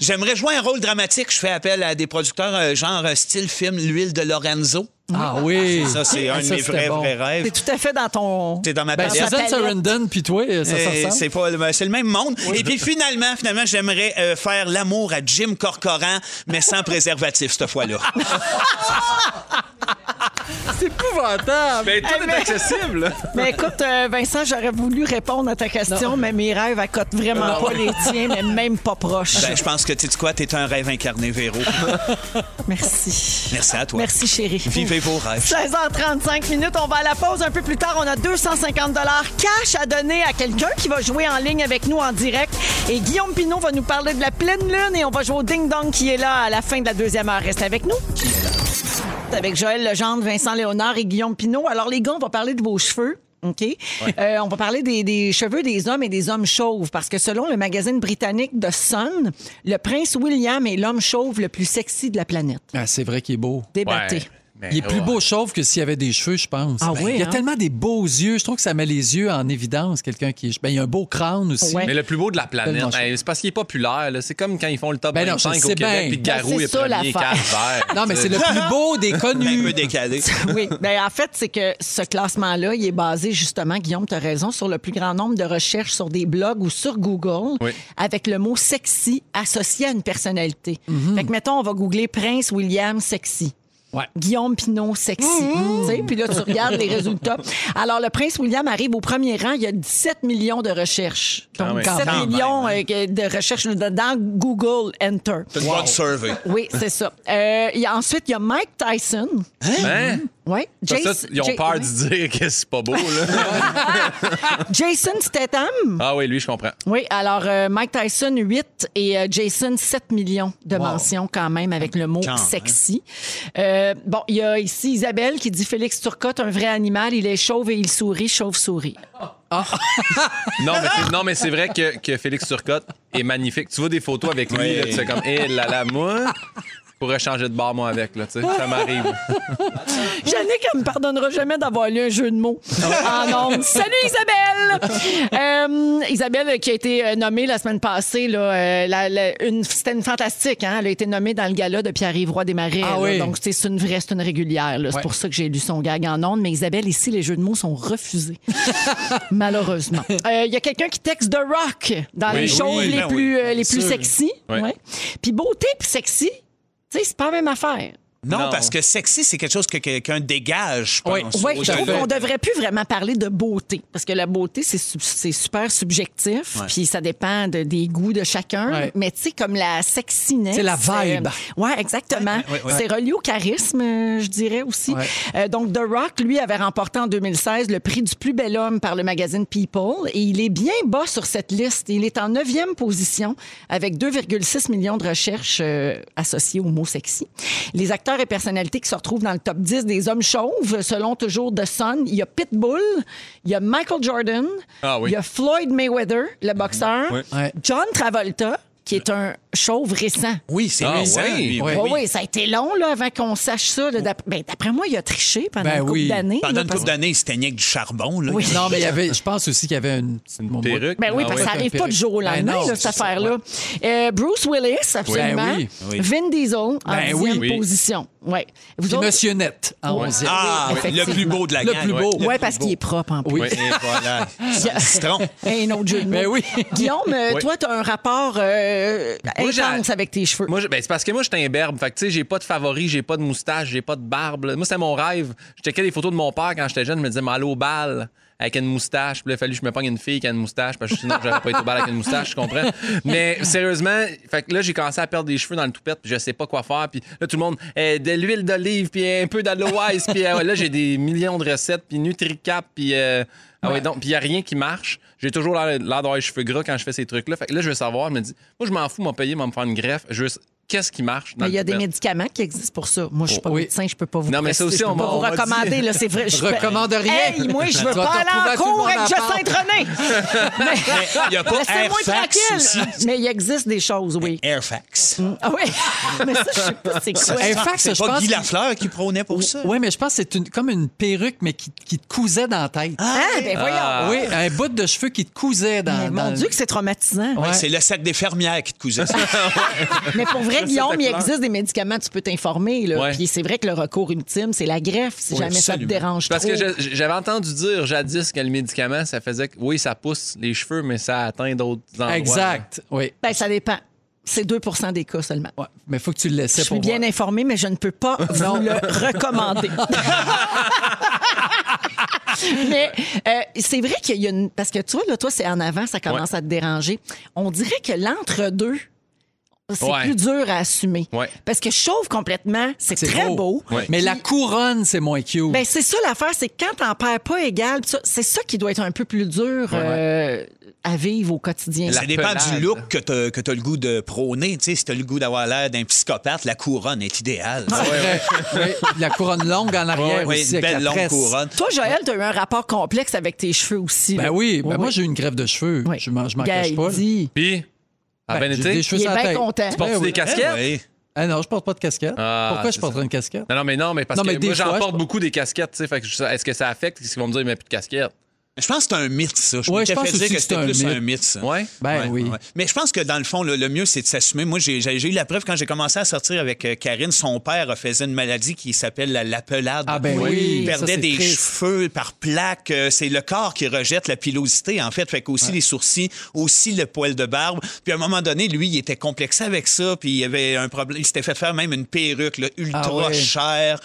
Speaker 5: J'aimerais jouer un rôle dramatique. Je fais appel à des producteurs, euh, genre euh, style film L'huile de Lorenzo.
Speaker 2: Ah oui.
Speaker 5: Ça, c'est
Speaker 2: Ah,
Speaker 5: un de
Speaker 2: ça,
Speaker 5: mes
Speaker 2: c'était
Speaker 5: vrais,
Speaker 2: bon.
Speaker 5: vrais rêves.
Speaker 1: T'es tout à fait dans ton.
Speaker 5: C'est dans ma
Speaker 2: Ben,
Speaker 5: palette.
Speaker 2: Susan
Speaker 1: palette.
Speaker 2: Sarandon, puis toi, ça se
Speaker 5: Euh,
Speaker 2: ressemble.
Speaker 5: c'est pas le- c'est le même monde. Et puis finalement, finalement, j'aimerais euh, faire l'amour à Jim Corcoran, mais sans préservatif cette fois-là. Ben,
Speaker 2: C'est épouvantable.
Speaker 4: Ben,
Speaker 1: Ah,
Speaker 4: tout est accessible.
Speaker 1: Mais écoute, euh, Vincent, j'aurais voulu répondre à ta question, mais mes rêves accotent vraiment pas les tiens, mais même pas proches.
Speaker 5: Ben, je pense que tu sais quoi, t'es un rêve incarné, Véro.
Speaker 1: Merci.
Speaker 5: Merci à toi.
Speaker 1: Merci, chérie.
Speaker 5: Vivez vos rêves.
Speaker 1: 16h35 minutes, on va à la pause un peu plus tard. On a 250 dollars cash à donner à quelqu'un qui va jouer en ligne avec nous en direct. Et Guillaume Pinot va nous parler de la pleine lune et on va jouer au Ding Dong qui est là à la fin de la deuxième heure. Restez avec nous. Avec Joël Legendre, Vincent Léonard et Guillaume Pinot. Alors les gars, on va parler de vos cheveux. OK? Euh, on va parler des, des cheveux des hommes et des hommes chauves parce que selon le magazine britannique The Sun, le prince William est l'homme chauve le plus sexy de la planète.
Speaker 2: Ah, c'est vrai qu'il est beau.
Speaker 1: Débattez.
Speaker 5: Ben,
Speaker 2: Il est plus beau chauve que s'il y avait des cheveux, je pense. Ben,
Speaker 1: Ah oui,
Speaker 2: il y a
Speaker 1: hein?
Speaker 2: tellement des beaux yeux. Je trouve que ça met les yeux en évidence, quelqu'un qui est... Ben, il y a un beau crâne aussi.
Speaker 1: Ouais.
Speaker 4: Mais le plus beau de la planète,
Speaker 2: Tellement chaud.
Speaker 4: hey, c'est parce qu'il est populaire. là. C'est comme quand ils font le top
Speaker 2: Ben non, je
Speaker 4: 25
Speaker 2: sais
Speaker 4: au Québec,
Speaker 2: bien.
Speaker 4: puis
Speaker 2: Ben,
Speaker 4: Garou
Speaker 1: c'est
Speaker 4: est
Speaker 1: ça,
Speaker 4: premier,
Speaker 1: l'affaire.
Speaker 4: quatre verts.
Speaker 2: Non, mais c'est le plus beau des
Speaker 5: Ben, Un
Speaker 2: connus.
Speaker 5: peu décalé.
Speaker 1: Oui, ben en fait, c'est que ce classement-là, il est basé justement, Guillaume, tu as raison, sur le plus grand nombre de recherches sur des blogs ou sur Google
Speaker 4: Oui.
Speaker 1: avec le mot sexy associé à une personnalité.
Speaker 4: Mhm.
Speaker 1: Fait que, mettons, on va googler Prince William sexy.
Speaker 2: Ouais.
Speaker 1: Guillaume Pinot sexy. Tu sais, Puis là, tu regardes les résultats. Alors, le Prince William arrive au premier rang. Il y a 17 millions de recherches.
Speaker 4: Quand
Speaker 1: Donc,
Speaker 4: même.
Speaker 1: 17
Speaker 5: Quand
Speaker 1: millions
Speaker 5: même,
Speaker 1: euh, de recherches dans Google Enter.
Speaker 5: C'est une bonne survey.
Speaker 1: Oui, c'est ça. Euh, il y a- ensuite, il y a Mike Tyson.
Speaker 4: Hein?
Speaker 1: Oui.
Speaker 4: Ça, ça,
Speaker 1: Jason-
Speaker 4: ils ont
Speaker 1: Ja-
Speaker 4: peur
Speaker 1: oui.
Speaker 4: de dire que c'est pas beau. Là.
Speaker 1: Jason Statham.
Speaker 4: ah oui, lui, je comprends.
Speaker 1: Oui, alors euh, Mike Tyson, 8 et euh, Jason, 7 millions de mentions quand même avec le mot
Speaker 5: Quand même.
Speaker 1: sexy. Euh, bon, il y a ici Isabelle qui dit Félix Turcotte, un vrai animal, il est chauve et il sourit, chauve-souris.
Speaker 4: Non, mais c'est, non, mais c'est vrai que, que Félix Turcotte est magnifique. Tu vois des photos avec lui,
Speaker 5: Oui.
Speaker 4: là, tu fais comme, hé là là, moi, je pourrais changer de bar, moi, avec. Là, tu sais, ça m'arrive.
Speaker 1: Yannick, elle me pardonnera jamais d'avoir lu un jeu de mots en ondes. Salut Isabelle! Euh, Isabelle qui a été euh, nommée la semaine passée, là, euh, la- la- une, c'était une fantastique. Hein? Elle a été nommée dans le gala de Pierre-Yves Roy des Marais.
Speaker 2: Ah
Speaker 1: là.
Speaker 2: oui.
Speaker 1: Donc, tu sais, c'est une vraie, c'est une régulière. là. C'est
Speaker 2: Ouais.
Speaker 1: pour ça que j'ai lu son gag en ondes. Mais Isabelle, ici, les jeux de mots sont refusés. Malheureusement. Euh, Il y a quelqu'un qui texte The Rock dans les
Speaker 4: Oui,
Speaker 1: choses
Speaker 5: oui,
Speaker 1: les,
Speaker 5: ben
Speaker 1: plus,
Speaker 5: oui,
Speaker 1: euh, les
Speaker 5: bien
Speaker 1: plus
Speaker 5: sûr.
Speaker 1: sexy.
Speaker 4: Ouais.
Speaker 1: Ouais. Puis beauté puis sexy, tu sais, c'est pas la même affaire.
Speaker 5: Non,
Speaker 4: Non.
Speaker 5: parce que sexy, c'est quelque chose que quelqu'un dégage, je
Speaker 2: Oui.
Speaker 5: pense.
Speaker 1: Oui, je
Speaker 5: Au-delà.
Speaker 1: trouve
Speaker 2: fait.
Speaker 1: qu'on devrait plus vraiment parler de beauté. Parce que la beauté, c'est sub- c'est super subjectif. Puis ça dépend de- des goûts de chacun.
Speaker 2: Ouais.
Speaker 1: Mais tu sais, comme la sexiness. euh,
Speaker 2: C'est la vibe.
Speaker 1: oui, exactement. C'est relié au charisme, euh, je dirais aussi.
Speaker 2: Ouais.
Speaker 1: Euh, donc, The Rock, lui, avait remporté en 2016 le prix du plus bel homme par le magazine People. Et il est bien bas sur cette liste. Il est en neuvième position avec 2,6 millions de recherches euh, associées au mot sexy. Les acteurs et personnalités qui se retrouvent dans le top 10 des hommes chauves, selon toujours The Sun, il y a Pitbull, il y a Michael Jordan,
Speaker 4: Ah oui.
Speaker 1: il y a Floyd Mayweather, le boxeur,
Speaker 2: Mhm. Ouais.
Speaker 1: John Travolta, qui est un chauve récent.
Speaker 5: Oui, c'est
Speaker 4: Ah,
Speaker 5: récent,
Speaker 4: oui.
Speaker 5: lui,
Speaker 2: Oui.
Speaker 1: Oui, oui, ça a été long là, avant qu'on sache ça. là. D'ap- ben, D'après moi, il a triché pendant
Speaker 2: Ben
Speaker 1: une couple
Speaker 2: oui.
Speaker 1: d'années. là,
Speaker 5: Pendant une
Speaker 1: parce-
Speaker 5: couple d'années, il se teignait avec du charbon. Là.
Speaker 1: Oui.
Speaker 2: Non, mais il y avait, je pense aussi qu'il y avait une petite
Speaker 4: Une perruque.
Speaker 1: Ben oui,
Speaker 4: Ah
Speaker 1: parce que ça
Speaker 2: ouais.
Speaker 1: n'arrive pas du jour au
Speaker 2: Ben
Speaker 1: lendemain,
Speaker 2: non,
Speaker 1: là,
Speaker 2: c'est
Speaker 1: cette
Speaker 2: ça,
Speaker 1: affaire-là. Euh, Bruce Willis, absolument.
Speaker 2: oui,
Speaker 5: oui.
Speaker 1: Vin Diesel, en
Speaker 2: Ben oui.
Speaker 1: dixième
Speaker 4: Oui.
Speaker 1: position. Ouais. Vous
Speaker 2: Puis
Speaker 1: autres-
Speaker 2: Monsieur Net, en
Speaker 1: Ouais.
Speaker 2: 11e.
Speaker 5: Ah,
Speaker 1: Oui,
Speaker 5: le plus beau de la
Speaker 2: Le
Speaker 5: gang.
Speaker 2: plus beau.
Speaker 5: Ouais.
Speaker 1: Ouais, parce qu'il est propre en plus.
Speaker 2: Oui.
Speaker 4: Oui, et voilà.
Speaker 1: Il y a-
Speaker 5: Citron.
Speaker 1: Un autre jeu de mots.
Speaker 2: Ben oui.
Speaker 1: Guillaume, euh,
Speaker 4: Oui.
Speaker 1: toi, tu as un rapport euh,
Speaker 4: Moi, j'ai-
Speaker 1: intense avec tes cheveux.
Speaker 4: Moi, je- ben, c'est parce que moi, j'étais un berbe. Fait que, tu sais, j'ai pas de favoris, j'ai pas de moustache, j'ai pas de barbe. là. Moi, c'était mon rêve. Je checkais des photos de mon père quand j'étais jeune. Je me disais, mais aller au bal avec une moustache. Puis là, il a fallu que je me pogne une fille qui a une moustache parce que sinon, j'aurais pas été au bal avec une moustache, tu comprends? Mais sérieusement, fait que là, j'ai commencé à perdre des cheveux dans le toupette, puis je sais pas quoi faire. Puis là, tout le monde, eh, de l'huile d'olive, puis un peu d'aloe ice. Puis euh, là, j'ai des millions de recettes, puis NutriCap, puis. euh, ah ouais, donc, puis il n'y a rien qui marche. J'ai toujours l'air l'air d'avoir les cheveux gras quand je fais ces trucs-là. Fait que là, je veux savoir, je me dis, moi, je m'en fous, m'en payer, m'en me faire une greffe. Je veux... Qu'est-ce qui marche? dans
Speaker 1: Mais il y a
Speaker 4: le
Speaker 1: des
Speaker 4: toupette?
Speaker 1: médicaments qui existent pour ça. Moi, je suis pas
Speaker 2: Oui.
Speaker 1: médecin, je peux pas vous
Speaker 4: ben, Non, mais ça
Speaker 1: prescrire,
Speaker 4: aussi,
Speaker 1: je peux
Speaker 4: on
Speaker 1: pas
Speaker 4: m'a-
Speaker 1: vous
Speaker 4: on m'a dit.
Speaker 1: recommander. Là, c'est vrai. Je
Speaker 2: Recommande rien.
Speaker 1: Hey, moi, je
Speaker 2: Tu
Speaker 1: veux
Speaker 2: vas te
Speaker 1: pas aller
Speaker 2: retrouver à
Speaker 1: en
Speaker 2: tout le
Speaker 1: cours
Speaker 2: monde
Speaker 1: avec
Speaker 2: en parle.
Speaker 1: Justin René.
Speaker 5: Il n'y a pas
Speaker 1: Laissez-moi
Speaker 5: Airfax aussi.
Speaker 1: tranquille. Mais il existe des choses, oui.
Speaker 5: Airfax.
Speaker 1: Ah oui, mais ça, je sais pas c'est quoi.
Speaker 2: Un fax,
Speaker 5: c'est
Speaker 2: je
Speaker 5: pas
Speaker 2: pense
Speaker 5: Guy
Speaker 2: qu'il-
Speaker 5: Lafleur qui prônait pour ça.
Speaker 2: Oui, mais je pense que c'est une, comme une perruque, mais qui, qui te cousait dans la tête.
Speaker 1: Ah, ben voyons.
Speaker 2: Oui, un bout de cheveux qui te cousait dans,
Speaker 1: Mais
Speaker 2: dans
Speaker 1: mon
Speaker 2: le-
Speaker 1: Dieu, que c'est traumatisant.
Speaker 2: Ouais.
Speaker 5: C'est le sac des fermières qui te cousait ça.
Speaker 1: Mais pour vrai, Guillaume, il existe des médicaments, tu peux t'informer. là.
Speaker 4: Ouais.
Speaker 1: Puis c'est vrai que le recours ultime, c'est la greffe, si jamais ça te
Speaker 5: absolument.
Speaker 1: dérange
Speaker 4: Parce
Speaker 1: trop.
Speaker 4: que je- j'avais entendu dire jadis que le médicament, ça faisait que, oui, ça pousse les cheveux, mais ça atteint d'autres endroits.
Speaker 2: Exact, oui.
Speaker 1: Ben, ça dépend. C'est 2 des cas seulement.
Speaker 2: Ouais. Mais il faut que tu le
Speaker 1: Je
Speaker 2: laissais
Speaker 1: suis
Speaker 2: pour
Speaker 1: bien
Speaker 2: voir.
Speaker 1: informée, mais je ne peux pas vous le recommander. mais euh, c'est vrai qu'il y a une... Parce que tu vois, là, toi, c'est en avant, ça commence à te déranger. On dirait que l'entre-deux, c'est
Speaker 4: Ouais.
Speaker 1: plus dur à assumer.
Speaker 4: Ouais.
Speaker 1: Parce que chauve complètement, c'est
Speaker 2: C'est
Speaker 1: très beau.
Speaker 4: Ouais.
Speaker 2: Mais la couronne, c'est moins cute.
Speaker 1: Ben, c'est ça l'affaire, c'est que quand t'en perds pas égal, pis ça, c'est ça qui doit être un peu plus dur euh, à vivre au quotidien.
Speaker 4: La-
Speaker 5: Ça dépend
Speaker 4: pelade.
Speaker 5: du look que t'as que t'as le goût de prôner. Tu sais, si t'as le goût d'avoir l'air d'un psychopathe, la couronne est idéale.
Speaker 2: Ouais. Oui, La couronne longue en
Speaker 5: Ouais,
Speaker 2: arrière
Speaker 5: ouais,
Speaker 2: aussi,
Speaker 5: une
Speaker 2: avec
Speaker 5: belle
Speaker 2: la
Speaker 5: longue
Speaker 2: tresse.
Speaker 5: couronne.
Speaker 1: Toi, Joël, t'as eu un rapport complexe avec tes cheveux aussi.
Speaker 2: Ben
Speaker 1: là.
Speaker 2: oui, ben moi j'ai eu une grève de cheveux.
Speaker 1: Oui.
Speaker 2: Je m'en je m'en
Speaker 1: Guy,
Speaker 2: cache pas. là.
Speaker 1: dis,
Speaker 4: Puis, à
Speaker 2: Ben,
Speaker 4: ben
Speaker 2: j'ai
Speaker 4: été,
Speaker 2: des
Speaker 4: tu
Speaker 2: cheveux
Speaker 1: Il est
Speaker 2: sur la
Speaker 1: bien
Speaker 2: tête.
Speaker 1: content.
Speaker 2: Ben
Speaker 4: portes
Speaker 2: oui.
Speaker 5: Eh
Speaker 4: des casquettes?
Speaker 5: Ouais.
Speaker 2: Ah non, je porte pas de casquette.
Speaker 4: Ah,
Speaker 2: Pourquoi je
Speaker 4: c'est
Speaker 2: porterais une casquette?
Speaker 4: Non, non, mais non, mais parce
Speaker 2: Non, mais
Speaker 4: que
Speaker 2: des
Speaker 4: moi, j'en
Speaker 2: fois, je
Speaker 4: porte
Speaker 2: porte-
Speaker 4: beaucoup des casquettes, tu sais. Fait que je- Est-ce que ça affecte? Est-ce qu'ils vont me dire, mais plus de casquette?
Speaker 5: Je pense que c'est un mythe, ça. Je
Speaker 2: Ouais,
Speaker 5: m'étais
Speaker 2: je pense
Speaker 5: fait dire
Speaker 2: aussi
Speaker 5: que
Speaker 2: que
Speaker 5: c'était
Speaker 2: c'est un
Speaker 5: plus
Speaker 2: mythe.
Speaker 5: un mythe, ça.
Speaker 4: Ouais?
Speaker 2: Ben oui.
Speaker 5: Mais je pense que dans le fond, le, le mieux, c'est de s'assumer. Moi, j'ai j'ai eu la preuve quand j'ai commencé à sortir avec euh, Karine. Son père euh, faisait une maladie qui s'appelle la- la pelade.
Speaker 2: Ah ben
Speaker 5: Il
Speaker 2: oui, ça,
Speaker 5: perdait
Speaker 2: c'est
Speaker 5: des
Speaker 2: triste.
Speaker 5: cheveux par plaque. Euh, C'est le corps qui rejette la pilosité, en fait. Fait qu'aussi les sourcils, aussi le poil de barbe. Puis à un moment donné, lui, il était complexé avec ça. Puis il avait un problème. Il s'était fait faire même une perruque là, ultra
Speaker 2: Ah ouais.
Speaker 5: chère.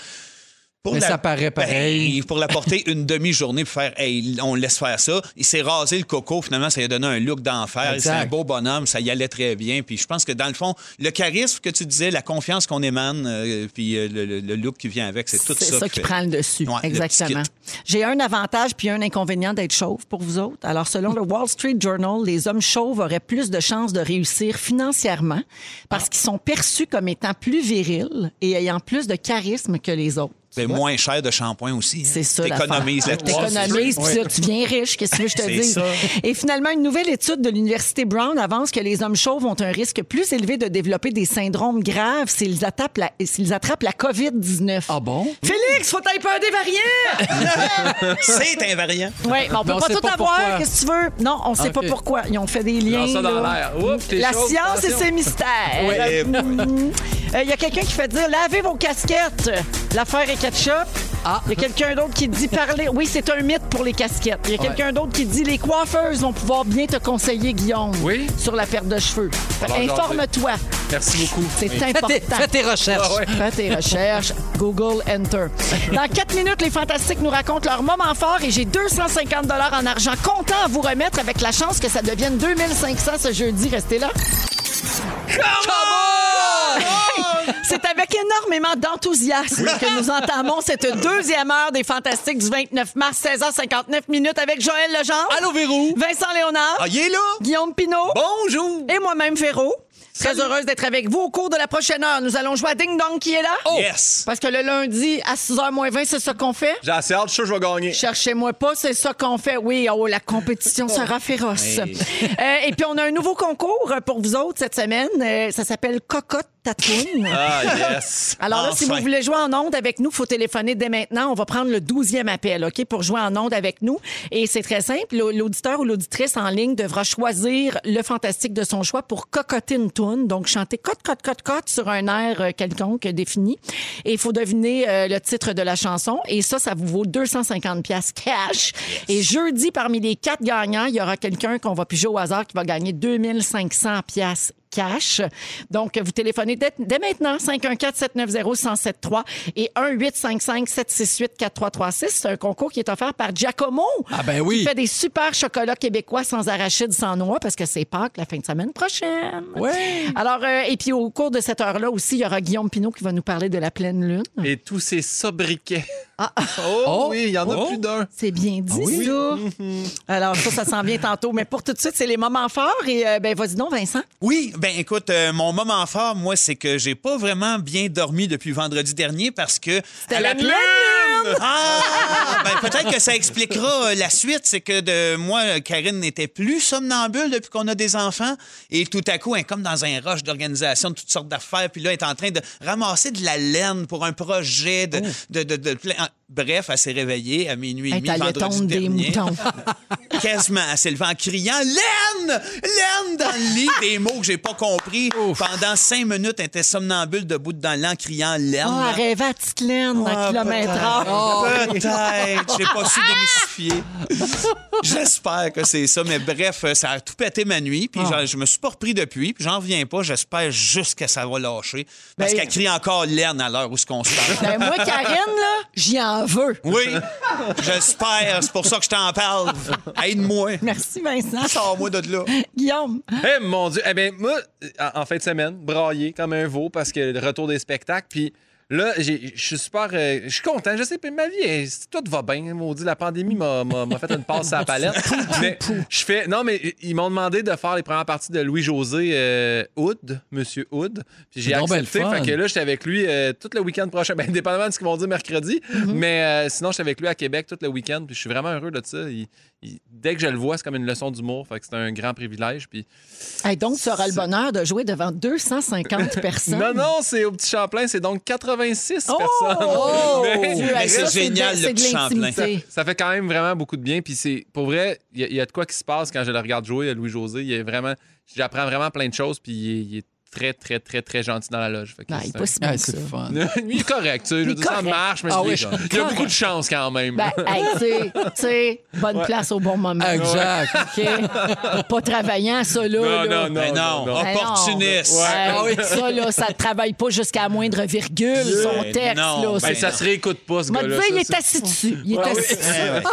Speaker 5: Pour
Speaker 2: Mais ça paraît pareil.
Speaker 5: Ben, pour la porter une demi-journée pour faire Hey, on laisse faire ça. Il s'est rasé le coco, finalement, ça lui a donné un look d'enfer.
Speaker 2: Exact.
Speaker 5: C'est un beau bonhomme, ça y allait très bien. Puis je pense que dans le fond, le charisme que tu disais, la confiance qu'on émane, euh, puis euh, le, le- le look qui vient avec, c'est tout ça.
Speaker 1: C'est ça qui
Speaker 5: fait-
Speaker 1: prend le dessus.
Speaker 5: Ouais, le
Speaker 1: Exactement.
Speaker 5: petit
Speaker 1: J'ai un avantage puis un inconvénient d'être chauve pour vous autres. Alors, selon le Wall Street Journal, les hommes chauves auraient plus de chances de réussir financièrement
Speaker 5: Ah.
Speaker 1: parce qu'ils sont perçus comme étant plus virils et ayant plus de charisme que les autres.
Speaker 5: C'est moins cher de shampoing aussi. hein.
Speaker 1: C'est ça.
Speaker 5: T'économises
Speaker 1: l'affaire.
Speaker 5: là-dedans.
Speaker 1: T'économises, puis là, tu viens riche. Qu'est-ce que tu veux que je te
Speaker 5: C'est
Speaker 1: dise?
Speaker 5: ça.
Speaker 1: Et finalement, une nouvelle étude de l'Université Brown avance que les hommes chauves ont un risque plus élevé de développer des syndromes graves s'ils attrapent la, s'ils attrapent la COVID-19.
Speaker 2: Ah bon?
Speaker 1: Félix, faut être peur des variants!
Speaker 5: C'est invariant.
Speaker 1: oui, mais on peut
Speaker 2: Mais on
Speaker 1: pas
Speaker 2: sait
Speaker 1: tout
Speaker 2: pas
Speaker 1: avoir,
Speaker 2: pourquoi.
Speaker 1: qu'est-ce que tu veux? Non, on sait
Speaker 2: Ah,
Speaker 1: pas
Speaker 2: ok.
Speaker 1: pourquoi. Ils ont fait des liens.
Speaker 4: Lance ça dans
Speaker 1: là.
Speaker 4: l'air. Oups, t'es
Speaker 1: la
Speaker 4: chauve,
Speaker 1: science et
Speaker 4: attention.
Speaker 1: ses mystères.
Speaker 5: Ouais.
Speaker 1: Mhm. Euh, Il y a quelqu'un qui fait dire lavez vos casquettes. L'affaire est ketchup. Il
Speaker 4: Ah.
Speaker 1: y a quelqu'un d'autre qui dit parler. Oui, c'est un mythe pour les casquettes. Il y a quelqu'un d'autre qui dit les coiffeuses vont pouvoir bien te conseiller, Guillaume,
Speaker 4: Oui.
Speaker 1: sur la perte de cheveux. Fait-
Speaker 4: Alors,
Speaker 1: Informe-toi.
Speaker 4: Ben, Merci beaucoup.
Speaker 1: C'est important.
Speaker 2: Fais tes, fais tes recherches.
Speaker 4: Ah ouais.
Speaker 1: Fais tes recherches. Google Enter. Dans 4 minutes, les Fantastiques nous racontent leur moment fort et j'ai 250 en argent comptant à vous remettre avec la chance que ça devienne 2500 ce jeudi. Restez là. C'est avec énormément d'enthousiasme que nous entamons cette deuxième heure des Fantastiques du 29 mars, 16h59 minutes avec Joël Legendre.
Speaker 2: Allô, Vérou?
Speaker 1: Vincent Léonard.
Speaker 5: Ah, il est là!
Speaker 1: Guillaume Pinault.
Speaker 5: Bonjour!
Speaker 1: Et moi-même, Véro. Très heureuse d'être avec vous au cours de la prochaine heure. Nous allons jouer à Ding Dong qui est là.
Speaker 5: Yes!
Speaker 1: Parce que le lundi, à 6h moins 20, c'est ça qu'on fait.
Speaker 4: J'ai assez hâte, je suis sûr que je vais gagner.
Speaker 1: Cherchez-moi pas, c'est ça qu'on fait. Oui, oh, la compétition sera féroce. Euh, et puis, on a un nouveau concours pour vous autres cette semaine. Euh, ça s'appelle Cocotte Tatoune.
Speaker 4: Ah, yes.
Speaker 1: Alors là, si
Speaker 5: Enfin.
Speaker 1: vous voulez jouer en onde avec nous, faut téléphoner dès maintenant. On va prendre le 12e appel, OK, pour jouer en onde avec nous. Et c'est très simple. L'au- L'auditeur ou l'auditrice en ligne devra choisir le fantastique de son choix pour cocoter une toune. Donc, chanter cote, cote, cote, cote sur un air euh, quelconque défini. Et il faut deviner euh, le titre de la chanson. Et ça, ça vous vaut 250 pièces cash. Et jeudi, parmi les quatre gagnants, il y aura quelqu'un qu'on va piger au hasard qui va gagner 2500 pièces cash. Donc, vous téléphonez dès, dès maintenant, 514-790-1073 et 1-855-768-4336. C'est un concours qui est offert par Giacomo.
Speaker 2: Ah ben oui.
Speaker 1: Qui fait des super chocolats québécois sans arachides, sans noix, parce que c'est Pâques la fin de semaine prochaine.
Speaker 2: Ouais.
Speaker 1: Alors, euh, et puis au cours de cette heure-là aussi, il y aura Guillaume Pinot qui va nous parler de la pleine lune.
Speaker 4: Et tous ces sobriquets. Oh,
Speaker 2: Oh.
Speaker 4: oui, il y en a
Speaker 2: Oh.
Speaker 4: plus d'un.
Speaker 1: C'est bien dit, ça. Alors, ça, ça s'en vient tantôt. Mais pour tout de suite, c'est les moments forts. Et euh, ben, vas-y donc, Vincent.
Speaker 5: Oui, ben écoute, euh, mon moment fort, moi, c'est que j'ai pas vraiment bien dormi depuis vendredi dernier parce que. C'était
Speaker 1: la pleine lune!
Speaker 5: Ah! ben, peut-être que ça expliquera euh, la suite. C'est que de moi, euh, Karine n'était plus somnambule depuis qu'on a des enfants. Et tout à coup, elle est comme dans un rush d'organisation de toutes sortes d'affaires. Puis là, elle est en train de ramasser de la laine pour un projet de. de, de, de- plein- ah, Bref, elle s'est réveillée à minuit et
Speaker 1: Oh. Hey,
Speaker 5: demi
Speaker 1: Ben, t'as le
Speaker 5: vendredi
Speaker 1: ton des
Speaker 5: dernier
Speaker 1: moutons.
Speaker 5: quasiment à s'élever en criant Laine! Laine dans le lit, des mots que j'ai pas compris. Pendant cinq minutes, elle était somnambule debout dans le lit en criant Laine.
Speaker 1: Ah, elle rêvait à petite laine dans
Speaker 5: Ah,
Speaker 1: Kilomètre
Speaker 5: peut-être. Oh, Peut-être. J'ai pas su démystifier. J'espère que c'est ça. Mais bref, ça a tout pété ma nuit. Puis j'en- je me suis pas repris depuis. Puis j'en reviens pas. J'espère juste que ça va lâcher. Parce
Speaker 1: Ben-
Speaker 5: qu'elle crie encore Laine à l'heure où ce qu'on se parle.
Speaker 1: Ben, moi, Karine, là, j'y en veux.
Speaker 5: Oui, j'espère. C'est pour ça que je t'en parle. Aide-moi.
Speaker 1: Merci, Vincent.
Speaker 5: Sors-moi de là.
Speaker 1: Guillaume.
Speaker 4: Eh mon Dieu. Eh bien, moi, en en fin de semaine, braillé comme un veau parce que le retour des spectacles. Puis Là, j'ai- je suis super. euh, je suis content. Je sais, puis ma vie, elle, c'est- tout va bien. Maudit, la pandémie m'a m'a- m'a fait une passe à la palette. mais je fais. Non, mais ils m'ont demandé de faire les premières parties de Louis-José euh, Hood, Monsieur Hood. Puis j'ai
Speaker 2: C'est donc ben le
Speaker 4: accepté.
Speaker 2: fun.
Speaker 4: Fait que là, j'étais avec lui euh, tout le week-end prochain. Ben, indépendamment de ce qu'ils vont dire mercredi.
Speaker 2: Mm-hmm.
Speaker 4: Mais euh, sinon, j'étais avec lui à Québec tout le week-end. Puis je suis vraiment heureux de ça. Il- il- dès que je le vois, c'est comme une leçon d'humour. Fait que c'est un grand privilège. Puis
Speaker 1: Hey, donc, tu auras le bonheur de jouer devant 250 personnes.
Speaker 4: Non, non, c'est au Petit Champlain, c'est donc 86
Speaker 1: Oh!
Speaker 4: personnes.
Speaker 1: Oh!
Speaker 4: Mais
Speaker 1: Dieu,
Speaker 5: Mais
Speaker 1: hey,
Speaker 5: c'est
Speaker 1: ça, de-
Speaker 5: génial, le
Speaker 1: c'est de
Speaker 5: petit Champlain.
Speaker 1: l'intimité.
Speaker 4: ça fait quand même vraiment beaucoup de bien. Puis c'est pour vrai, il y a- il y, a de quoi qui se passe quand je le regarde jouer, euh, Louis-José. Il y a vraiment, j'apprends vraiment plein de choses. Puis il est, il est très, très, très, très gentil dans la loge. Fait que
Speaker 1: Non, Ben, il
Speaker 4: c'est
Speaker 1: est
Speaker 4: un-
Speaker 1: pas si bon
Speaker 2: Ah,
Speaker 1: que
Speaker 2: c'est
Speaker 1: ça.
Speaker 2: le fun.
Speaker 4: il est correct, tu sais. Je
Speaker 1: Il
Speaker 4: veux
Speaker 1: est
Speaker 4: dire, ça
Speaker 1: correct.
Speaker 4: marche, mais
Speaker 2: Ah
Speaker 4: je
Speaker 2: oui,
Speaker 4: dis,
Speaker 2: je-
Speaker 4: il y a beaucoup de chance quand même.
Speaker 1: Ben, hey, tu sais, tu sais, bonne place au bon moment.
Speaker 2: Ah, Exact.
Speaker 1: OK? Pas travaillant, ça, là. là.
Speaker 4: Non,
Speaker 5: Mais non,
Speaker 4: non, non.
Speaker 1: Ben non.
Speaker 5: opportuniste.
Speaker 1: Hey, Ça, là, ça ne travaille pas jusqu'à la moindre virgule, son
Speaker 5: Ben
Speaker 1: texte.
Speaker 5: non,
Speaker 1: là,
Speaker 5: ben
Speaker 4: Ben,
Speaker 1: c'est-
Speaker 4: ça se réécoute pas, ce
Speaker 1: M'a
Speaker 4: gars-là.
Speaker 1: dit, il
Speaker 4: ça,
Speaker 1: est
Speaker 4: c'est-
Speaker 1: assis dessus. Il est
Speaker 4: Ouais,
Speaker 1: assis dessus.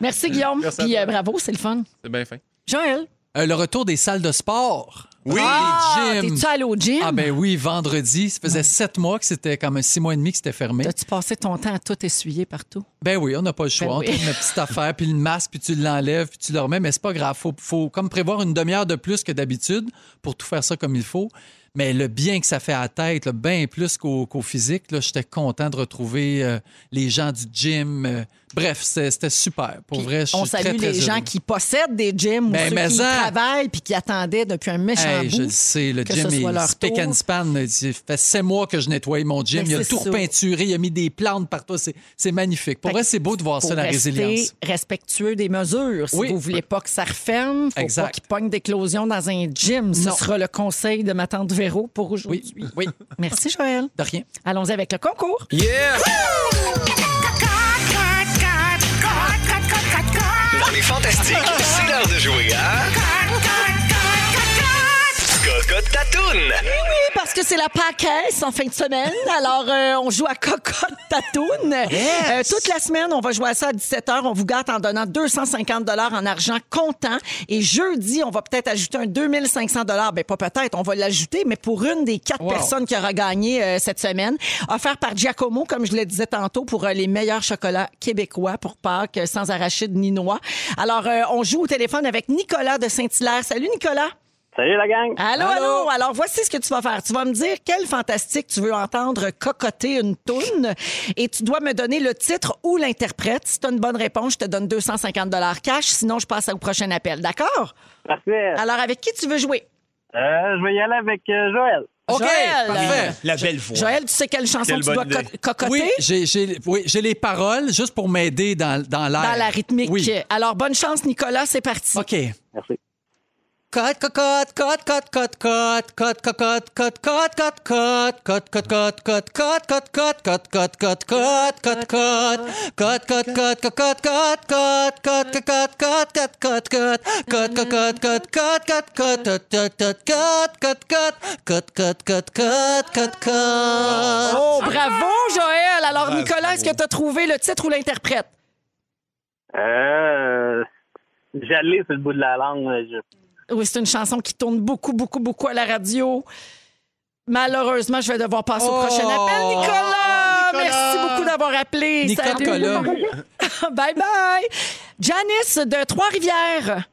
Speaker 1: Merci, Guillaume.
Speaker 4: Merci à
Speaker 1: Puis
Speaker 4: toi.
Speaker 1: euh, bravo, c'est le fun.
Speaker 4: C'est bien fin.
Speaker 1: Joël,
Speaker 2: Euh, le retour des salles de sport.
Speaker 5: Oui.
Speaker 2: Ah, les gyms.
Speaker 1: t'es-tu allé au gym?
Speaker 2: Ah ben oui, vendredi. Ça faisait sept mois que c'était comme six mois et demi que c'était fermé.
Speaker 1: As-tu passé ton temps à tout essuyer partout?
Speaker 2: Ben oui, on n'a pas le choix.
Speaker 1: Ben
Speaker 2: on
Speaker 1: oui.
Speaker 2: trouve une petite affaire, puis le masque, puis tu l'enlèves, puis tu le remets, mais c'est pas grave. Faut, faut comme prévoir une demi-heure de plus que d'habitude pour tout faire ça comme il faut. Mais le bien que ça fait à la tête, là, bien plus qu'au qu'au physique, là, j'étais content de retrouver euh, les gens du gym. Euh, bref, c'était c'était super. Pour
Speaker 1: Puis
Speaker 2: vrai, je suis
Speaker 1: on salue
Speaker 2: très, très
Speaker 1: les gens
Speaker 2: heureux.
Speaker 1: qui possèdent des gyms
Speaker 2: Ben,
Speaker 1: ou ceux
Speaker 2: mais
Speaker 1: qui y
Speaker 2: en-
Speaker 1: travaillent puis qui attendaient depuis un méchant
Speaker 2: Hey,
Speaker 1: bout.
Speaker 2: je le sais, le
Speaker 1: que
Speaker 2: gym
Speaker 1: ce soit
Speaker 2: est
Speaker 1: leur
Speaker 2: spick
Speaker 1: tour.
Speaker 2: and span. Ça fait sept mois que je nettoyais mon gym.
Speaker 1: Ben,
Speaker 2: il a
Speaker 1: c'est
Speaker 2: tout
Speaker 1: ça.
Speaker 2: repeinturé, il a mis des plantes partout. C'est c'est magnifique. Pour
Speaker 1: Fait
Speaker 2: vrai,
Speaker 1: que
Speaker 2: c'est beau de voir
Speaker 1: Faut
Speaker 2: ça, la
Speaker 1: rester
Speaker 2: résilience.
Speaker 1: respectueux des mesures. Si
Speaker 2: Oui.
Speaker 1: vous voulez pas que ça referme, faut
Speaker 2: Exact.
Speaker 1: pas qu'il pogne d'éclosion dans un gym. Ce
Speaker 2: Non.
Speaker 1: sera le conseil de ma tante Véro pour
Speaker 2: Oui,
Speaker 1: aujourd'hui.
Speaker 2: oui,
Speaker 1: Merci, Joël.
Speaker 2: de rien.
Speaker 1: Allons-y avec le concours.
Speaker 4: Yeah!
Speaker 7: Dans les fantastiques, c'est l'heure de jouer à. Cocotte Tatoune!
Speaker 1: Oui, parce que c'est la Pâquesse en fin de semaine. Alors, euh, on joue à Cocotte Tatoune. Euh, toute la semaine, on va jouer à ça à 17h. On vous gâte en donnant 250 en argent comptant. Et jeudi, on va peut-être ajouter un 2500 Ben, pas peut-être, on va l'ajouter, mais pour une des quatre
Speaker 2: Wow.
Speaker 1: personnes qui aura gagné euh, cette semaine. Offert par Giacomo, comme je le disais tantôt, pour euh, les meilleurs chocolats québécois pour Pâques, euh, sans arachide ni noix. Alors, euh, on joue au téléphone avec Nicolas de Saint-Hilaire. Salut, Nicolas.
Speaker 8: Salut la gang.
Speaker 1: Allô, allô, Alors, voici ce que tu vas faire. Tu vas me dire quel fantastique tu veux entendre cocoter une toune et tu dois me donner le titre ou l'interprète. Si tu as une bonne réponse, je te donne 250 cash. Sinon, je passe au prochain appel. D'accord?
Speaker 8: Parfait.
Speaker 1: Alors, avec qui tu veux jouer?
Speaker 8: Euh, je vais y aller avec euh, Joël.
Speaker 2: OK,
Speaker 1: Joël.
Speaker 2: parfait.
Speaker 5: La belle voix.
Speaker 1: Joël, tu sais quelle chanson
Speaker 4: Quelle
Speaker 1: tu dois
Speaker 4: bonne idée.
Speaker 1: co- cocoter?
Speaker 2: Oui, j'ai j'ai- oui, j'ai les paroles juste pour m'aider dans, dans l'air.
Speaker 1: Dans la rythmique.
Speaker 2: Oui.
Speaker 1: Alors, bonne chance, Nicolas. C'est parti.
Speaker 2: OK.
Speaker 8: Merci.
Speaker 2: Cote, cocotte, cote, cote, cote, cote, cote, cocotte, cote, cote, cote, cote, cote, cote, cote, cote, cote, cote, cote, cote, cote, cote, cote, cote, cote, cote, cote, cote, cocotte, cote, cote, cote, cocotte, cote, cote, cote, cote, cote, cocotte, cote, cote, cote, cote, tot, tot, tot, cote, cote, cote, cote, cote, cote, cote, cote, cote.
Speaker 1: Oh, bravo, Joël. Alors, Nicolas, est-ce que tu as trouvé le titre ou l'interprète?
Speaker 8: Euh, j'allais sur le bout de la langue. là, je-
Speaker 1: Oui, c'est une chanson qui tourne beaucoup, beaucoup, beaucoup à la radio. Malheureusement, je vais devoir passer au
Speaker 2: Oh!
Speaker 1: prochain appel. Nicolas,
Speaker 2: Nicolas!
Speaker 1: merci beaucoup d'avoir appelé.
Speaker 2: Nicolas.
Speaker 1: Salut. bye bye. Janice de Trois-Rivières.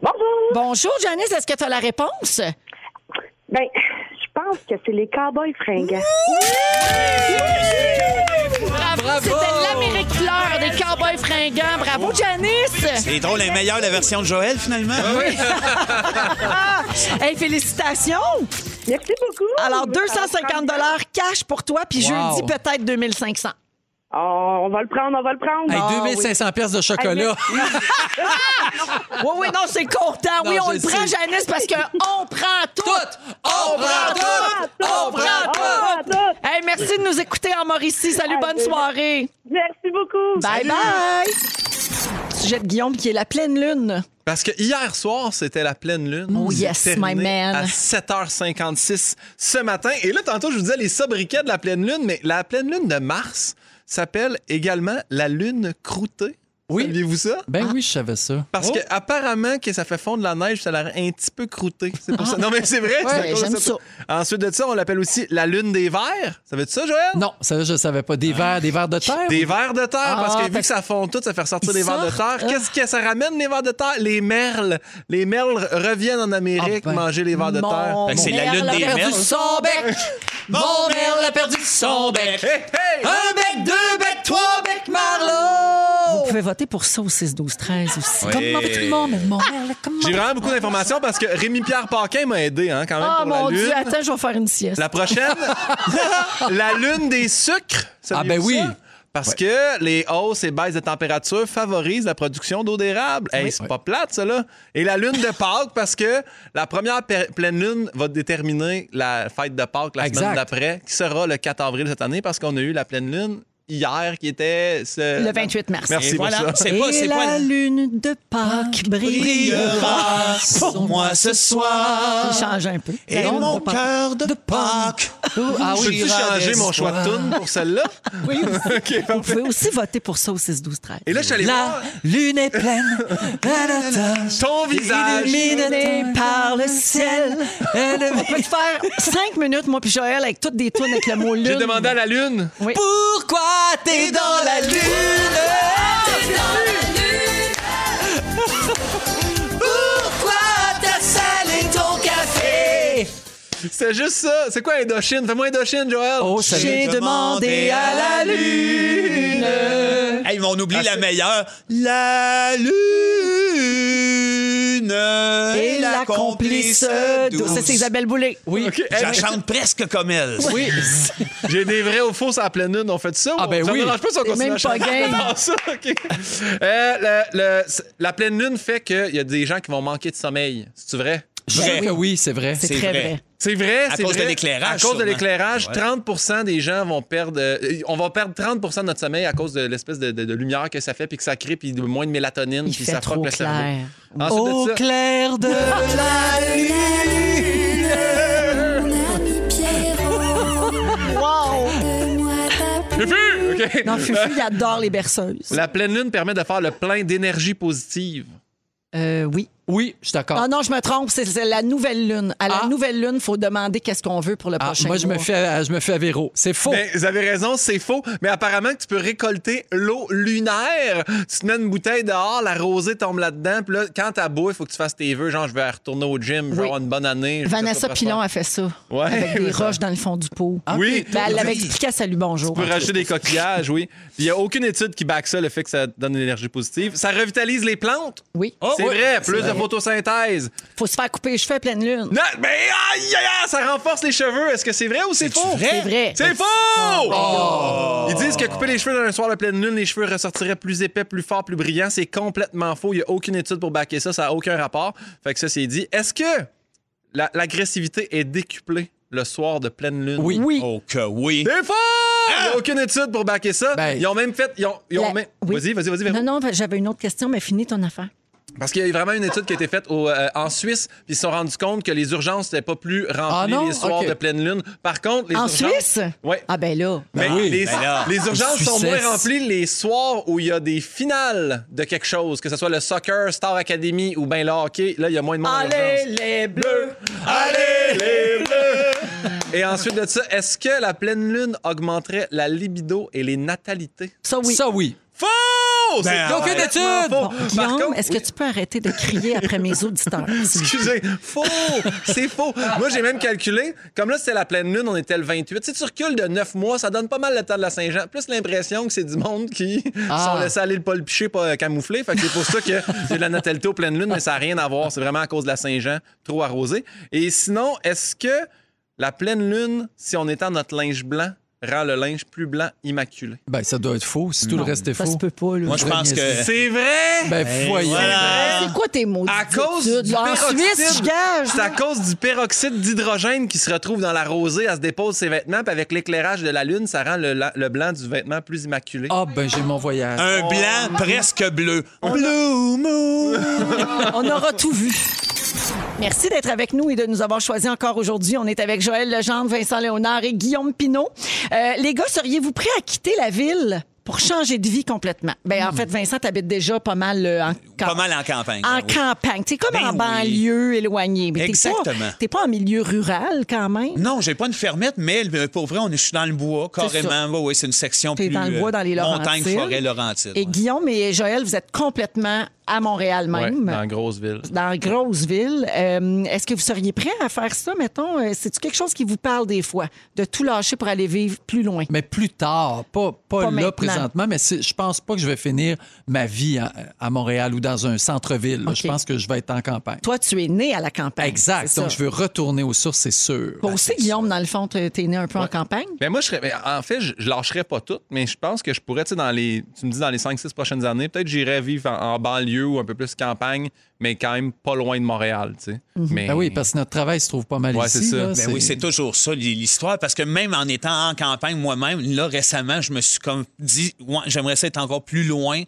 Speaker 9: Bonjour!
Speaker 1: Bonjour, Janice. Est-ce que tu as la réponse?
Speaker 9: Ben, je pense que c'est les cowboys fringants.
Speaker 1: Bravo. C'était l'Amérique fleur des cowboys fringants.
Speaker 2: Oh.
Speaker 1: Bravo, Janice.
Speaker 5: C'est drôle, elle est meilleure la version de Joël, finalement.
Speaker 1: Hey, félicitations.
Speaker 2: Oh,
Speaker 9: Merci beaucoup!
Speaker 1: Alors, 250 cash pour toi, puis
Speaker 2: Wow.
Speaker 1: jeudi, peut-être 2500.
Speaker 9: Oh, on va le prendre, on va le prendre!
Speaker 2: Hey,
Speaker 1: Ah,
Speaker 2: 2500 pièces de chocolat.
Speaker 1: Oui, oui, non, c'est content.
Speaker 2: Non,
Speaker 1: oui, on
Speaker 2: je
Speaker 1: le prend,
Speaker 2: sais.
Speaker 1: Janice, parce qu'on prend tout.
Speaker 2: On
Speaker 1: prend tout! On prend
Speaker 9: Ah,
Speaker 1: tout!
Speaker 9: tout.
Speaker 1: Hey, merci de nous écouter en Mauricie. Salut, bonne soirée.
Speaker 9: Merci beaucoup!
Speaker 1: Bye bye. Sujet de Guillaume qui est la pleine lune.
Speaker 4: Parce que hier soir, c'était la pleine lune.
Speaker 1: Oh
Speaker 4: C'est
Speaker 1: yes,
Speaker 4: terminé
Speaker 1: my man.
Speaker 4: À 7h56 ce matin. Et là, tantôt, je vous disais les sobriquets de la pleine lune, mais la pleine lune de mars s'appelle également la lune croûtée
Speaker 2: Oui.
Speaker 4: Saviez-vous ça?
Speaker 2: Ben oui, je savais ça.
Speaker 4: Parce que apparemment que ça fait fondre la neige, ça a l'air un petit peu croûté. C'est pour ça. Non, mais c'est vrai. c'est à
Speaker 1: Ah. Ouais,
Speaker 4: cause de
Speaker 1: j'aime ça.
Speaker 4: Ensuite de ça, on l'appelle aussi la lune des vers. Ça veut dire ça, Joël?
Speaker 2: Non, ça, je savais pas. Des vers, des vers de terre.
Speaker 4: Des vers de terre, parce
Speaker 2: Ah,
Speaker 4: que
Speaker 2: fait
Speaker 4: vu que ça fond tout, ça fait ressortir
Speaker 2: Ils
Speaker 4: les vers de
Speaker 2: sortent, ah.
Speaker 4: terre. Qu'est-ce que ça ramène, les vers de terre? Les merles. Les merles reviennent en Amérique
Speaker 2: Ah ben,
Speaker 4: manger les vers de
Speaker 1: mon
Speaker 4: terre.
Speaker 5: Fait que c'est la
Speaker 1: merle
Speaker 5: lune
Speaker 1: a
Speaker 5: des
Speaker 1: perdu
Speaker 5: merles.
Speaker 2: son bec. Mon merle a perdu son bec.
Speaker 4: Hey, hey!
Speaker 2: Un bec, deux becs, trois becs, Marlowe.
Speaker 1: Vous pouvez voter pour ça au 6-12-13 aussi.
Speaker 10: Oui.
Speaker 1: Comme moi, tout le monde, mon merle, comme
Speaker 4: J'ai vraiment beaucoup d'informations parce que Rémi-Pierre Paquin m'a aidé hein, quand même
Speaker 1: Ah,
Speaker 4: pour la
Speaker 1: mon
Speaker 4: lune.
Speaker 1: Dieu, attends, je vais faire une sieste.
Speaker 4: La prochaine, la lune des sucres.
Speaker 2: Ah, ben
Speaker 4: Saviez-vous
Speaker 2: oui.
Speaker 4: ça? Parce que les hausses et baisses de température favorisent la production d'eau d'érable. Hey, c'est pas plate, ça, là. Et la lune de Pâques, parce que la première pe- pleine lune va déterminer la fête de Pâques la
Speaker 2: Exact.
Speaker 4: semaine d'après, qui sera le 4 avril cette année, parce qu'on a eu la pleine lune hier, qui était... ce-
Speaker 1: Le 28 mars.
Speaker 4: Merci pour
Speaker 5: voilà.
Speaker 4: ça.
Speaker 5: C'est
Speaker 1: Et
Speaker 5: pas, c'est
Speaker 1: la
Speaker 5: pas.
Speaker 1: lune de Pâques brille.
Speaker 5: Brillera sur moi ce soir.
Speaker 1: Change un peu.
Speaker 5: Et
Speaker 1: La lune
Speaker 5: mon
Speaker 1: de Pâques.
Speaker 5: cœur de Pâques.
Speaker 2: Ah
Speaker 4: Je
Speaker 2: oui,
Speaker 4: Peux-tu changer mon choix de
Speaker 2: tout.
Speaker 4: tune pour celle-là?
Speaker 1: Oui, aussi.
Speaker 4: OK,
Speaker 1: Vous pouvez aussi voter pour ça au 6-12-13.
Speaker 4: Et là, je suis allé
Speaker 2: La
Speaker 4: voir
Speaker 2: lune est pleine.
Speaker 4: ton visage.
Speaker 1: Illuminé par le ciel. On peut te faire cinq minutes, moi puis Joël, avec toutes des tunes avec le mot lune.
Speaker 4: J'ai demandé à la lune.
Speaker 2: Pourquoi t'es dans la lune? Pourquoi t'as salé ton café?
Speaker 4: C'est juste ça. C'est quoi Indochine? Fais-moi Indochine, Joël.
Speaker 2: Oh, ça
Speaker 5: J'ai demandé à la
Speaker 2: lune.
Speaker 5: Hey, mais on
Speaker 1: Ah,
Speaker 5: oublie la meilleure. La lune
Speaker 1: Et la complice douce. Ça, c'est Isabelle Boulay.
Speaker 2: Oui.
Speaker 5: Je la chante presque comme elle.
Speaker 2: Oui.
Speaker 4: J'ai des vrais ou faux à la pleine lune. On fait ça?
Speaker 2: Ah,
Speaker 4: ou-
Speaker 2: ben
Speaker 4: ça
Speaker 2: oui.
Speaker 4: me dérange pas si on
Speaker 1: C'est
Speaker 4: continue
Speaker 1: même
Speaker 4: à chanter
Speaker 1: pas gay.
Speaker 4: dans ça, OK. Euh, le- le- la pleine lune fait qu'il y a des gens qui vont manquer de sommeil. C'est vrai?
Speaker 2: Je dirais que oui, c'est vrai.
Speaker 1: C'est
Speaker 5: C'est
Speaker 1: très vrai.
Speaker 5: vrai.
Speaker 4: C'est vrai,
Speaker 5: À
Speaker 4: c'est
Speaker 5: cause de
Speaker 4: vrai.
Speaker 5: l'éclairage,
Speaker 4: À cause de
Speaker 5: sûrement.
Speaker 4: l'éclairage,
Speaker 5: Ouais.
Speaker 4: 30 des gens vont perdre. euh, on va perdre 30 de notre sommeil à cause de l'espèce de, de- de lumière que ça fait, puis que ça crée, puis de moins de mélatonine,
Speaker 1: Il
Speaker 4: puis
Speaker 1: fait
Speaker 4: ça
Speaker 1: trop
Speaker 4: frappe le cerveau.
Speaker 1: clair.
Speaker 4: Ensuite de ça-
Speaker 2: clair de la lune.
Speaker 1: Wow!
Speaker 4: Fufu! OK.
Speaker 1: Non, Fufu, il adore les berceuses.
Speaker 4: La pleine lune permet de faire le plein d'énergie positive.
Speaker 1: Euh, oui.
Speaker 2: Oui, je suis d'accord.
Speaker 1: Ah non, je me trompe, c'est c'est la nouvelle lune. À la
Speaker 2: Ah.
Speaker 1: nouvelle lune, il faut demander qu'est-ce qu'on veut pour le
Speaker 2: Ah,
Speaker 1: prochain
Speaker 2: moi, je me
Speaker 1: mois.
Speaker 2: fais, à- je me fais à Véro. C'est faux.
Speaker 4: Ben, vous avez raison, c'est faux. Mais apparemment que tu peux récolter l'eau lunaire. Tu te mets une bouteille dehors, la rosée tombe là-dedans. Puis là, quand t'as beau, il faut que tu fasses tes vœux. Genre, je vais retourner au gym, je vais
Speaker 1: Oui.
Speaker 4: avoir une bonne année. je veux que ça
Speaker 1: Vanessa
Speaker 4: soit prospère.
Speaker 1: Pilon a fait ça.
Speaker 4: Ouais.
Speaker 1: Avec des roches dans le fond du pot.
Speaker 4: Oui.
Speaker 1: Ben, elle l'avait expliqué à Salut Bonjour.
Speaker 4: Tu peux rajouter des coquillages, oui. Puis il n'y a aucune étude qui back ça, le fait que ça donne une énergie positive. Ça revitalise les plantes.
Speaker 1: Oui.
Speaker 4: Oh, c'est
Speaker 1: oui.
Speaker 4: vrai, plus
Speaker 1: Oh, vrai.
Speaker 4: de photosynthèse.
Speaker 1: Faut se faire couper les cheveux à pleine lune.
Speaker 4: Non, mais aïe, aïe, aïe, ça renforce les cheveux. Est-ce que c'est vrai ou c'est faux?
Speaker 1: C'est vrai.
Speaker 4: C'est faux! Ils disent que couper les cheveux dans un soir de pleine lune, les cheveux ressortiraient plus épais, plus forts, plus brillants. C'est complètement faux. Il n'y a aucune étude pour backer ça. Ça n'a aucun rapport. Fait que ça, c'est dit. Est-ce que la- l'agressivité est décuplée le soir de pleine lune?
Speaker 2: Oui.
Speaker 1: Oui.
Speaker 5: Oh que oui.
Speaker 4: C'est faux! Il n'y a aucune étude pour backer ça.
Speaker 2: Ben.
Speaker 4: Ils ont même fait. Ils ont, ils ont
Speaker 1: La-
Speaker 4: même-
Speaker 1: oui.
Speaker 4: Vas-y, vas-y, vas-y. Véro.
Speaker 1: Non, non, j'avais une autre question, mais finis ton affaire.
Speaker 4: Parce qu'il y a eu vraiment une étude qui a été faite au, euh, en Suisse, puis ils se sont rendus compte que les urgences n'étaient pas plus remplies
Speaker 2: Ah non?
Speaker 4: les soirs
Speaker 2: OK.
Speaker 4: de pleine lune. Par contre, les
Speaker 1: En
Speaker 4: urgences-
Speaker 1: Suisse?
Speaker 4: Ouais.
Speaker 1: Ah ben là.
Speaker 4: Mais
Speaker 5: Ben oui,
Speaker 4: les,
Speaker 5: ben là.
Speaker 4: les urgences
Speaker 2: Je suis
Speaker 4: sont moins
Speaker 2: cesse.
Speaker 4: remplies les soirs où il y a des finales de quelque chose, que ce soit le soccer, Star Academy ou bien le hockey. Là, il y a moins de monde. aux
Speaker 1: Allez
Speaker 4: urgences.
Speaker 1: les bleus!
Speaker 4: Allez les bleus! Et ensuite de ça, est-ce que la pleine lune augmenterait la libido et les natalités?
Speaker 1: Ça oui.
Speaker 2: Ça, oui.
Speaker 4: Faux! C'est
Speaker 5: Ben,
Speaker 4: complètement
Speaker 2: aucune étude!
Speaker 4: faux.
Speaker 1: Bon,
Speaker 4: Par
Speaker 1: Guillaume,
Speaker 4: contre-
Speaker 1: est-ce que tu peux arrêter de crier après mes auditeurs?
Speaker 4: Excusez, faux! C'est faux! Moi, j'ai même calculé, comme là, c'était la pleine lune, on était le 28. Si tu recules de 9 mois, ça donne pas mal le temps de la Saint-Jean. Plus l'impression que c'est du monde qui
Speaker 2: Ah.
Speaker 4: sont laissés aller le Paul Piché pas camouflé. Fait que c'est pour ça que j'ai de la natalité aux pleines lunes, mais ça n'a rien à voir. C'est vraiment à cause de la Saint-Jean, trop arrosée. Et sinon, est-ce que la pleine lune, si on étend notre linge blanc, rend le linge plus blanc immaculé?
Speaker 2: Ben, ça doit être faux, si tout le reste est
Speaker 1: Ça
Speaker 2: faux.
Speaker 1: se peut pas, là.
Speaker 5: Moi, je pense que.
Speaker 4: C'est vrai!
Speaker 2: Ben, voyons.
Speaker 5: Voilà.
Speaker 1: C'est quoi tes mots?
Speaker 4: À cause du
Speaker 1: En Suisse,
Speaker 4: peroxyde.
Speaker 1: je gage.
Speaker 4: C'est à cause du peroxyde d'hydrogène qui se retrouve dans la rosée, elle se dépose ses vêtements, puis avec l'éclairage de la lune, ça rend le, la- le blanc du vêtement plus immaculé.
Speaker 2: Ah, ben, j'ai mon voyage.
Speaker 5: Un blanc presque bleu. Blue moon.
Speaker 1: On aura tout vu. Merci d'être avec nous et de nous avoir choisis encore aujourd'hui. On est avec Joël Legendre, Vincent Léonard et Guillaume Pinault. Euh, les gars, seriez-vous prêts à quitter la ville pour changer de vie complètement. Ben, En fait, Vincent, t'habites déjà pas mal euh, en
Speaker 5: Pas mal en campagne.
Speaker 1: en
Speaker 5: oui.
Speaker 1: campagne. C'est comme
Speaker 5: Ben
Speaker 1: en
Speaker 5: oui.
Speaker 1: banlieue éloignée. Mais t'es pas-
Speaker 5: Exactement. Hum.
Speaker 1: T'es pas en milieu rural quand même.
Speaker 5: Non, j'ai pas une fermette, mais euh, pour vrai, on est je suis dans le bois,
Speaker 1: ça.
Speaker 5: carrément. Oui, oui, c'est une section
Speaker 1: T'es
Speaker 5: plus
Speaker 1: dans le bois,
Speaker 5: euh,
Speaker 1: dans les
Speaker 5: montagne,
Speaker 1: Laurentides.
Speaker 5: forêt, Laurentides.
Speaker 1: Et
Speaker 5: ouais.
Speaker 1: Guillaume et Joël, vous êtes complètement à Montréal
Speaker 3: Ouais,
Speaker 1: même.
Speaker 3: dans grosse ville.
Speaker 1: dans une grosse ville. Euh, Est-ce que vous seriez prêt à faire ça, mettons? Euh, C'est-tu quelque chose qui vous parle des fois, de tout lâcher pour aller vivre plus loin?
Speaker 2: Mais plus tard, pas, pas,
Speaker 1: Pas
Speaker 2: là
Speaker 1: maintenant.
Speaker 2: présentement, mais c'est- je pense pas que je vais finir ma vie à, à Montréal ou dans un centre-ville. là.
Speaker 1: OK.
Speaker 2: Je pense que je vais être en campagne.
Speaker 1: Toi, tu es né à la campagne.
Speaker 2: exact.
Speaker 1: c'est
Speaker 2: Donc,
Speaker 1: ça.
Speaker 2: je veux retourner aux sources, c'est sûr.
Speaker 1: Toi aussi, Guillaume, dans le fond, t'es t'es né un peu en campagne?
Speaker 3: Mais moi, je serais, mais en fait, je, je lâcherais pas tout, mais je pense que je pourrais, tu sais, dans les, tu me dis dans les 5-6 prochaines années, peut-être j'irais vivre en, en banlieue ou un peu plus campagne, mais quand même pas loin de Montréal, tu sais. Mais
Speaker 2: Ben oui, parce que notre travail se trouve pas mal
Speaker 3: Ouais,
Speaker 2: ici.
Speaker 3: c'est ça.
Speaker 2: là.
Speaker 3: Ben
Speaker 5: Ben oui, c'est toujours ça l'histoire, parce que même en étant en campagne moi-même, là récemment, je me suis comme dit, ouais, j'aimerais ça être encore plus loin,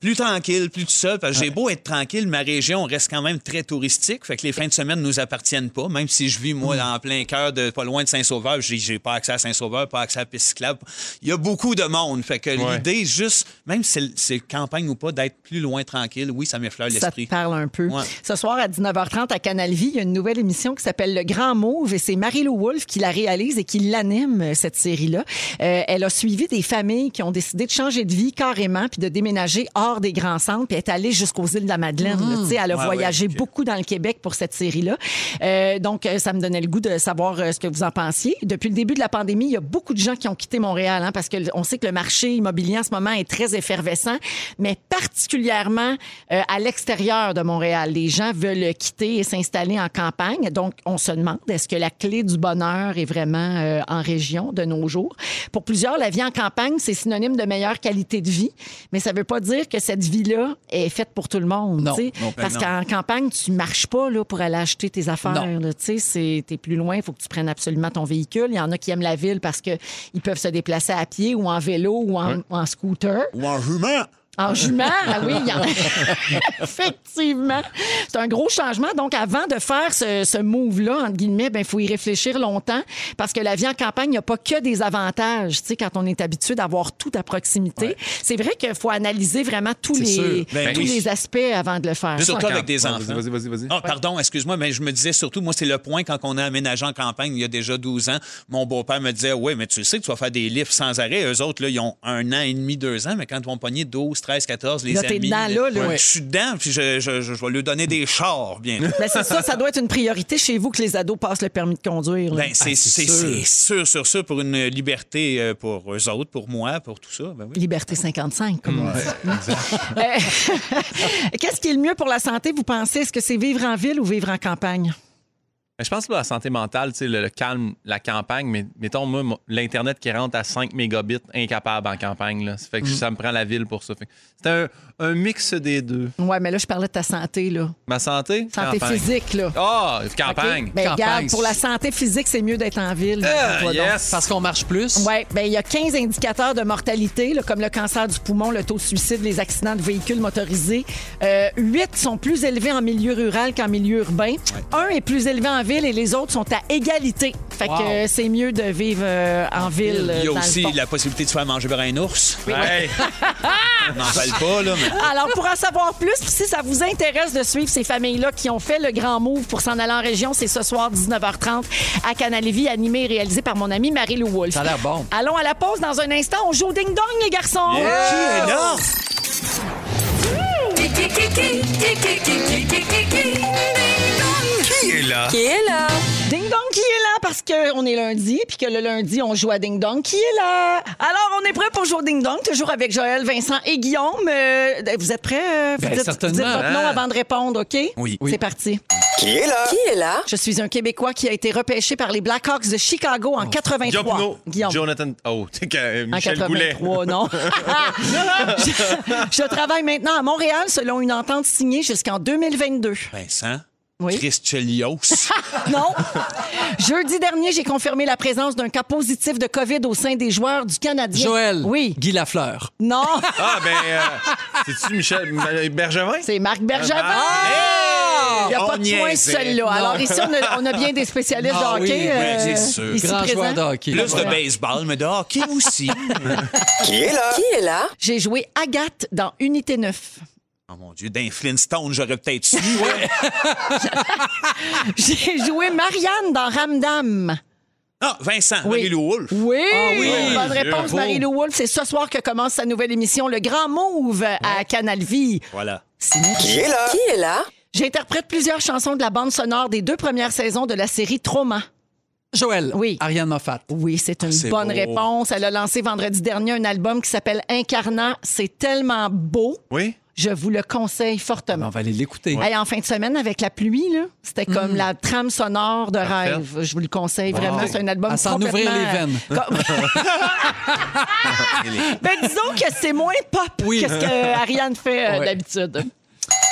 Speaker 5: plus tranquille, plus tout seul, parce que j'ai beau être tranquille, ma région reste quand même très touristique, fait que les fins de semaine nous appartiennent pas, même si je vis moi en plein cœur de pas loin de Saint-Sauveur, j'ai, j'ai pas accès à Saint-Sauveur, pas accès à la piste cyclable. Il y a beaucoup de monde, fait que l'idée juste, même si c'est- c'est campagne ou pas, d'être plus loin tranquille, oui, ça m'effleure
Speaker 1: Ça te
Speaker 5: l'esprit.
Speaker 1: parle un peu.
Speaker 5: Ouais.
Speaker 1: Ce soir à 19h30 à Canal Vie, il y a une nouvelle émission qui s'appelle Le Grand Mauve et c'est Marie-Lou Wolfe qui la réalise et qui l'anime, euh, cette série-là. Euh, elle a suivi des familles qui ont décidé de changer de vie carrément puis de déménager hors des grands centres puis elle est allée jusqu'aux îles de la Madeleine. là. Tu sais, Elle a
Speaker 5: Mmh. Ouais,
Speaker 1: voyagé
Speaker 5: ouais, ok.
Speaker 1: beaucoup dans le Québec pour cette série-là. Euh, donc, euh, ça me donnait le goût de savoir euh, ce que vous en pensiez. Depuis le début de la pandémie, il y a beaucoup de gens qui ont quitté Montréal hein, parce qu'on sait que le marché immobilier en ce moment est très effervescent, mais particulièrement euh, à l'extérieur de Montréal. Les gens veulent quitter et s'installer en campagne. Donc, on se demande, est-ce que la clé du bonheur est vraiment euh, en région de nos jours? Pour plusieurs, la vie en campagne, c'est synonyme de meilleure qualité de vie, mais ça ne veut pas dire que cette vie-là est faite pour tout le monde.
Speaker 2: Non,
Speaker 1: tu sais.
Speaker 5: non, ben
Speaker 1: parce
Speaker 5: non.
Speaker 1: qu'en en campagne, tu marches pas là, pour aller acheter tes affaires. là. Tu sais, c'est- t'es plus loin, il faut que tu prennes absolument ton véhicule. Il y en a qui aiment la ville parce qu'ils peuvent se déplacer à pied ou en vélo ou en, ou en scooter.
Speaker 5: Ou en jument.
Speaker 1: En jument, ah oui, il y en a. Effectivement. C'est un gros changement. Donc, avant de faire ce, ce move-là, entre guillemets, ben, il faut y réfléchir longtemps parce que la vie en campagne, il n'y a pas que des avantages, tu sais, quand on est habitué d'avoir tout à proximité. C'est vrai qu'il faut analyser vraiment tous,
Speaker 2: C'est
Speaker 1: les,
Speaker 2: sûr.
Speaker 5: Ben
Speaker 1: tous
Speaker 5: oui.
Speaker 1: les aspects avant de le faire.
Speaker 5: Juste Surtout avec des
Speaker 3: Ouais,
Speaker 5: enfants.
Speaker 3: Vas-y, vas-y, vas-y.
Speaker 5: Ah, pardon, excuse-moi, mais je me disais surtout, moi, c'est le point quand on a aménagé en campagne il y a déjà 12 ans. Mon beau-père me disait, oui, mais tu sais que tu vas faire des livres sans arrêt. Eux autres, là, ils ont un an et demi, deux ans, mais quand ils vont pogner 12, 13, 14, les
Speaker 1: Là, t'es
Speaker 5: amis.
Speaker 1: dedans, là, là.
Speaker 5: Je suis dedans, puis je, je, je- je vais lui donner des chars bientôt.
Speaker 1: Ben, c'est ça, ça doit être une priorité chez vous que les ados passent le permis de conduire. là.
Speaker 5: Ben, c'est c'est- c'est sûr, sûr, sûr, pour une liberté euh, pour eux autres, pour moi, pour tout ça. Ben oui.
Speaker 1: Ah, Liberté 55, comme on dit. Euh, Qu'est-ce qui est le mieux pour la santé, vous pensez? Est-ce que c'est vivre en ville ou vivre en campagne?
Speaker 3: Mais Je pense que la santé mentale, tu sais, le, le calme, la campagne, mais mettons, moi, moi, l'Internet qui rentre à 5 mégabits, incapable en campagne. Là. Ça fait que ça me prend la ville pour ça. Fait que C'est un, un mix des deux.
Speaker 1: Ouais, mais là, je parlais de ta santé, là.
Speaker 3: Ma santé,
Speaker 1: Santé
Speaker 3: campagne.
Speaker 1: physique, là.
Speaker 3: Ah,
Speaker 1: OK?
Speaker 3: campagne.
Speaker 1: Ben,
Speaker 2: Campagne.
Speaker 1: regarde, pour la santé physique, c'est mieux d'être en ville.
Speaker 5: Euh,
Speaker 3: Ah,
Speaker 1: Toi, donc.
Speaker 3: yes.
Speaker 2: Parce qu'on marche plus.
Speaker 1: Oui, ben, il y a 15 indicateurs de mortalité, là, comme le cancer du poumon, le taux de suicide, les accidents de véhicules motorisés. Euh, 8 sont plus élevés en milieu rural qu'en milieu urbain. Un est plus élevé en ville et les autres sont à égalité. Fait
Speaker 2: Wow.
Speaker 1: que euh, c'est mieux de vivre euh, en ville.
Speaker 5: Il y a
Speaker 1: euh, dans le
Speaker 5: aussi
Speaker 1: fond.
Speaker 5: la possibilité de se faire manger par un ours.
Speaker 3: Hey,
Speaker 5: On n'en parle pas, là, mais...
Speaker 1: Alors, pour en savoir plus, puis si ça vous intéresse de suivre ces familles-là qui ont fait le grand move pour s'en aller en région, c'est ce soir, 19h30, à Canal Vie, animé et réalisé par mon amie Marie-Lou Wolfe.
Speaker 2: Ça a l'air bon.
Speaker 1: Allons à la pause dans un instant. On joue au ding-dong, les garçons!
Speaker 5: Qui est là?
Speaker 7: Qui est là?
Speaker 1: Ding Dong qui est là parce qu'on est lundi, puis que le lundi, on joue à Ding Dong qui est là. Alors, on est prêt pour jouer au Ding Dong, toujours avec Joël, Vincent et Guillaume. Euh, vous êtes prêts? euh, Vous,
Speaker 2: Ben,
Speaker 1: dites,
Speaker 2: certainement,
Speaker 1: vous dites votre
Speaker 3: hein.
Speaker 1: nom avant de répondre, OK? Oui. C'est parti.
Speaker 7: Qui est là?
Speaker 1: Je suis un Québécois qui a été repêché par les Blackhawks de Chicago en 83.
Speaker 3: Yopno,
Speaker 1: Guillaume.
Speaker 3: Jonathan. Oh, t'es que, euh,
Speaker 1: En
Speaker 3: Michel Goulet.
Speaker 1: 83, non. je, je travaille maintenant à Montréal selon une entente signée jusqu'en 2022.
Speaker 5: Vincent,
Speaker 1: Oui. Ah,
Speaker 5: Christelios.
Speaker 1: Non. Jeudi dernier, j'ai confirmé la présence d'un cas positif de COVID au sein des joueurs du Canadien.
Speaker 2: Joël.
Speaker 1: Oui.
Speaker 2: Guy Lafleur.
Speaker 1: Non,
Speaker 3: Ah, ben, euh, c'est-tu Michel Ma- Bergevin?
Speaker 1: c'est Marc
Speaker 2: Ah,
Speaker 1: Bergevin. Il n'y a pas
Speaker 5: on
Speaker 1: de point
Speaker 5: niaisait.
Speaker 1: celui-là. Alors ici, on a, on a bien des spécialistes
Speaker 2: Ah
Speaker 1: de
Speaker 2: oui,
Speaker 1: hockey. euh,
Speaker 2: oui,
Speaker 5: c'est sûr.
Speaker 1: ici
Speaker 2: Grand
Speaker 1: présents.
Speaker 2: joueur de hockey.
Speaker 5: Plus de baseball, mais de hockey aussi.
Speaker 7: Qui est là?
Speaker 11: Qui est là?
Speaker 1: J'ai joué Agathe dans Unité 9.
Speaker 5: oh mon Dieu, d'un Flintstone, j'aurais peut-être su.
Speaker 1: J'ai joué Marianne dans Ramdam.
Speaker 5: Ah, Vincent,
Speaker 1: Oui.
Speaker 5: Marie-Lou Wolfe.
Speaker 1: Oui,
Speaker 2: Ah oui.
Speaker 1: bonne
Speaker 3: Dieu.
Speaker 1: réponse,
Speaker 3: Beau.
Speaker 1: Marie-Lou Wolfe. C'est ce soir que commence sa nouvelle émission, Le Grand Move à Canal Vie.
Speaker 5: Voilà.
Speaker 7: Qui est là?
Speaker 11: Qui est là?
Speaker 1: J'interprète plusieurs chansons de la bande sonore des deux premières saisons de la série Trauma.
Speaker 2: Joël.
Speaker 1: Oui.
Speaker 2: Ariane Moffat.
Speaker 1: Oui, c'est une
Speaker 5: c'est
Speaker 1: bonne
Speaker 5: beau.
Speaker 1: réponse. Elle a lancé vendredi dernier un album qui s'appelle Incarnat. C'est tellement beau.
Speaker 3: Oui.
Speaker 1: Je vous le conseille
Speaker 2: On
Speaker 1: fortement.
Speaker 2: va aller l'écouter.
Speaker 1: Hey, en fin de semaine, avec la pluie, là, c'était
Speaker 2: Mm.
Speaker 1: comme la trame sonore de rêve. Je vous le conseille vraiment. C'est un album
Speaker 2: À s'en
Speaker 1: complètement...
Speaker 2: ouvrir les veines.
Speaker 1: ben, disons que c'est moins pop
Speaker 2: Oui.
Speaker 1: que ce que Ariane fait euh,
Speaker 2: Ouais.
Speaker 1: d'habitude.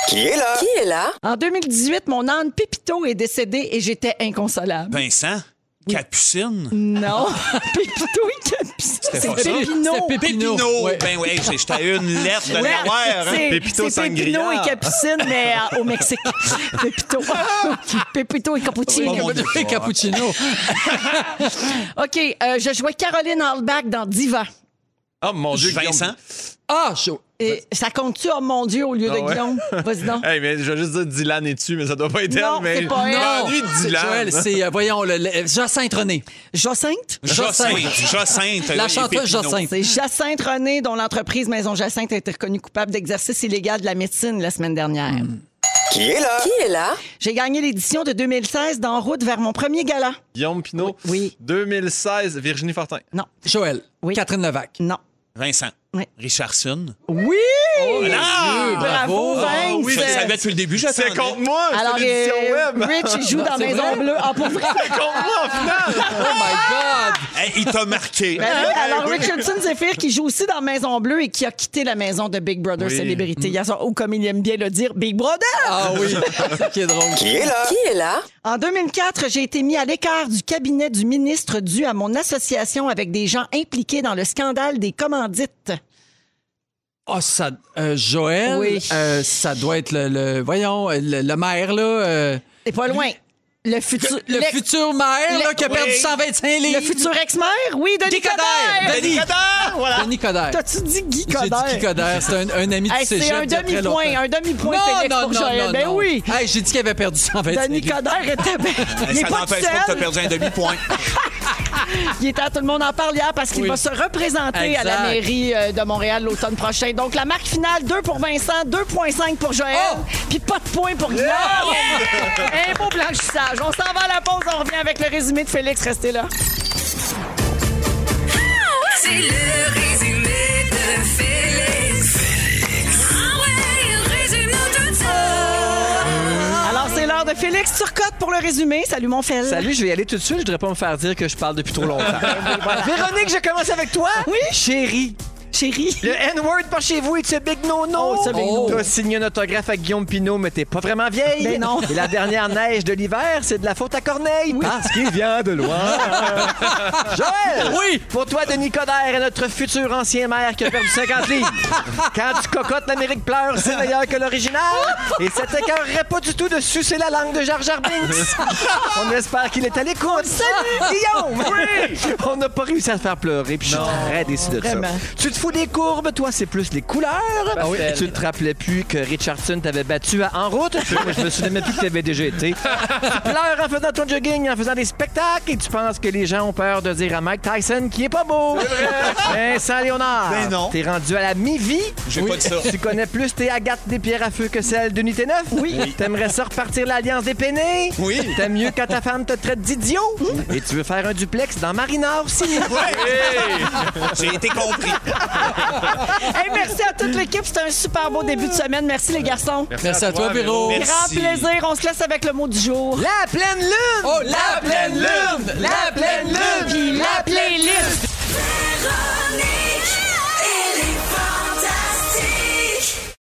Speaker 7: Qui est là?
Speaker 11: Qui est là?
Speaker 1: En 2018, mon âne Pépito est décédé et j'étais inconsolable.
Speaker 5: Vincent, Capucine.
Speaker 1: Non. Pépito et Capucine. C'est
Speaker 5: pas ça.
Speaker 1: Pépino.
Speaker 2: C'était Pépino.
Speaker 5: Pépino.
Speaker 2: Ouais.
Speaker 5: Ben oui, c'est- j'étais à une lettre de l'avoir. hein.
Speaker 1: C'est-
Speaker 3: Pépito
Speaker 1: c'est Pépino
Speaker 3: Sangria.
Speaker 1: et Capucine, mais euh, au Mexique. Pépito. Pépito et Capucino.
Speaker 5: Oh, mon Dieu.
Speaker 2: Et Cappuccino.
Speaker 1: OK, euh, je jouais Caroline Hallback dans Diva.
Speaker 3: Oh, mon Dieu, Guillaume.
Speaker 5: Vincent,
Speaker 2: Ah, Jo-
Speaker 1: Et ça compte-tu, oh mon Dieu, au lieu de
Speaker 3: Ah ouais.
Speaker 1: Guillaume? Vas-y donc.
Speaker 3: Hey, mais je vais juste dire Dylan et tu, mais ça doit pas être
Speaker 1: Non,
Speaker 3: elle. mais
Speaker 1: c'est pas elle.
Speaker 3: Je m'ennuie de
Speaker 2: C'est-
Speaker 3: Dylan.
Speaker 2: Joël, c'est, euh, voyons, le, le- Jacinthe René.
Speaker 1: Jacinthe?
Speaker 5: Jacinthe. Jacinthe.
Speaker 2: La
Speaker 5: oui,
Speaker 2: chanteuse
Speaker 5: Pépino.
Speaker 2: Jacinthe.
Speaker 1: C'est Jacinthe René, dont l'entreprise Maison Jacinthe a été reconnue coupable d'exercice illégal de la médecine la semaine dernière.
Speaker 7: Qui est là?
Speaker 11: Qui est là?
Speaker 1: J'ai gagné l'édition de 2016 d'En route vers mon premier gala.
Speaker 3: Guillaume Pinot.
Speaker 1: Oui.
Speaker 3: 2016, Virginie Fortin.
Speaker 1: Non,
Speaker 2: Joël.
Speaker 1: Oui.
Speaker 2: Catherine Levac.
Speaker 1: non.
Speaker 5: Vincent.
Speaker 1: Oui.
Speaker 5: Richardson.
Speaker 1: Oui! Oh,
Speaker 5: Ah! oh,
Speaker 1: bravo, Vince!
Speaker 5: Oui, je le savais depuis le début, j'attendais.
Speaker 3: C'est contre moi,
Speaker 1: Alors,
Speaker 3: c'est l'édition
Speaker 1: euh,
Speaker 3: web.
Speaker 1: Rich il joue dans
Speaker 2: c'est
Speaker 1: Maison
Speaker 2: vrai?
Speaker 1: Bleue. Ah, pour vrai?
Speaker 3: C'est contre moi, en finale.
Speaker 1: Ah!
Speaker 2: Oh my God!
Speaker 5: Hey, il t'a marqué.
Speaker 1: Ben oui, alors, Richardson Zephyr, qui joue aussi dans Maison Bleue et qui a quitté la maison de Big Brother
Speaker 3: Oui.
Speaker 1: Célébrité hier soir, ou comme il aime bien le dire, Big Brother!
Speaker 2: Ah oui, c'est qui est drôle.
Speaker 7: Qui est là?
Speaker 11: Qui est là?
Speaker 1: En 2004, j'ai été mis à l'écart du cabinet du ministre dû à mon association avec des gens impliqués dans le scandale des commandites.
Speaker 2: Ah, ça, euh, Joël,
Speaker 1: Oui.
Speaker 2: euh, ça doit être le, le- voyons, le, le maire, là. euh,
Speaker 1: C'est pas loin. Le futur...
Speaker 2: le
Speaker 1: l'ex-
Speaker 2: futur maire,
Speaker 1: le-
Speaker 2: là, qui a perdu
Speaker 5: Oui.
Speaker 2: 125
Speaker 1: le
Speaker 2: livres.
Speaker 1: futur ex-maire? Oui, Denis
Speaker 2: Guy Coderre.
Speaker 1: Coderre!
Speaker 2: Denis.
Speaker 5: Nicolas!
Speaker 1: Voilà.
Speaker 2: Denis Coderre.
Speaker 1: T'as-tu dit Guy
Speaker 2: J'ai dit
Speaker 1: Coderre?
Speaker 2: Guy Coderre, c'est un, un ami
Speaker 1: Hey,
Speaker 2: du cégep.
Speaker 1: c'est un
Speaker 2: de très
Speaker 1: demi-point,
Speaker 2: longtemps.
Speaker 1: un demi-point Félix
Speaker 2: Non, non,
Speaker 1: pour
Speaker 2: non,
Speaker 1: Joël.
Speaker 2: non,
Speaker 1: ben
Speaker 2: non.
Speaker 1: oui!
Speaker 2: Hey, j'ai dit qu'il avait perdu 125
Speaker 1: Denis
Speaker 2: livres.
Speaker 1: Coderre était bien. Il est
Speaker 5: Ça
Speaker 1: pas tout
Speaker 5: n'empêche pas que t'as
Speaker 1: seul.
Speaker 5: perdu un demi-point.
Speaker 1: Il était à tout le monde en parle hier parce qu'il
Speaker 2: Oui.
Speaker 1: va se représenter à la
Speaker 2: Exact.
Speaker 1: mairie euh, de Montréal l'automne prochain. Donc, la marque finale, 2 pour Vincent, 2,5 pour Joël,
Speaker 2: Oh!
Speaker 1: puis pas de point pour Guillaume. Yeah! Un beau blanchissage. On s'en va à la pause, on revient avec le résumé de Félix. Restez là.
Speaker 6: C'est le résumé de Félix. Félix. Ah ouais, il résume nous tout ça.
Speaker 12: Ah.
Speaker 1: Alors, c'est l'heure de Félix Turcotte pour le résumé. Salut, mon Félix.
Speaker 12: Salut, je vais y aller tout de suite. Je voudrais pas me faire dire que je parle depuis trop longtemps. Véronique, je commence avec toi.
Speaker 1: Oui.
Speaker 12: Chérie,
Speaker 1: Chérie.
Speaker 12: le N-word par chez vous et ce big
Speaker 1: Oh,
Speaker 12: no-no.
Speaker 1: ce big no.
Speaker 12: T'as signé un autographe à Guillaume Pinot, mais t'es pas vraiment vieille.
Speaker 1: Ben non.
Speaker 12: Et la dernière neige de l'hiver, c'est de la faute à Corneille. Parce qu'il vient de loin. Joël!
Speaker 2: Oui.
Speaker 12: Pour toi, Denis Coderre est notre futur ancien maire qui a perdu 50 livres. Quand tu cocottes, l'Amérique pleure, c'est meilleur que l'original. Et ça t'écœurerait pas du tout de sucer la langue de Jar Jar Binks. On espère qu'il est à l'écoute. Salut, Guillaume! On n'a pas réussi à le faire pleurer, puis je suis très déçu de
Speaker 1: vraiment.
Speaker 12: ça. Tu te fous des courbes, toi, c'est plus les couleurs. Tu ne te rappelais plus que Richardson t'avait battu à En route. Moi, je me souvenais même plus que t'avais déjà été. tu pleures en faisant ton jogging, en faisant des spectacles, et tu penses que les gens ont peur de dire à Mike Tyson qui est pas beau. Vincent Léonard,
Speaker 5: Ben non.
Speaker 12: t'es rendu à la mi-vie.
Speaker 5: J'ai pas dit ça.
Speaker 12: Tu connais plus tes agates des pierres à feu que celles d'unité 9? Oui. T'aimerais ça repartir l'Alliance des Pénés?
Speaker 5: Oui.
Speaker 12: T'aimes mieux quand ta femme te traite d'idiot? Et tu veux faire un duplex dans Marina aussi?
Speaker 5: J'ai été compris.
Speaker 1: Hey, merci à toute l'équipe. C'était un super beau début de semaine. Merci, les garçons.
Speaker 2: Merci à toi,
Speaker 5: Véro.
Speaker 2: Véro.
Speaker 1: Grand
Speaker 5: Merci.
Speaker 1: plaisir. On se laisse avec le mot du jour.
Speaker 12: La pleine lune!
Speaker 2: Oh, la pleine lune!
Speaker 12: La pleine lune!
Speaker 1: Puis la playlist.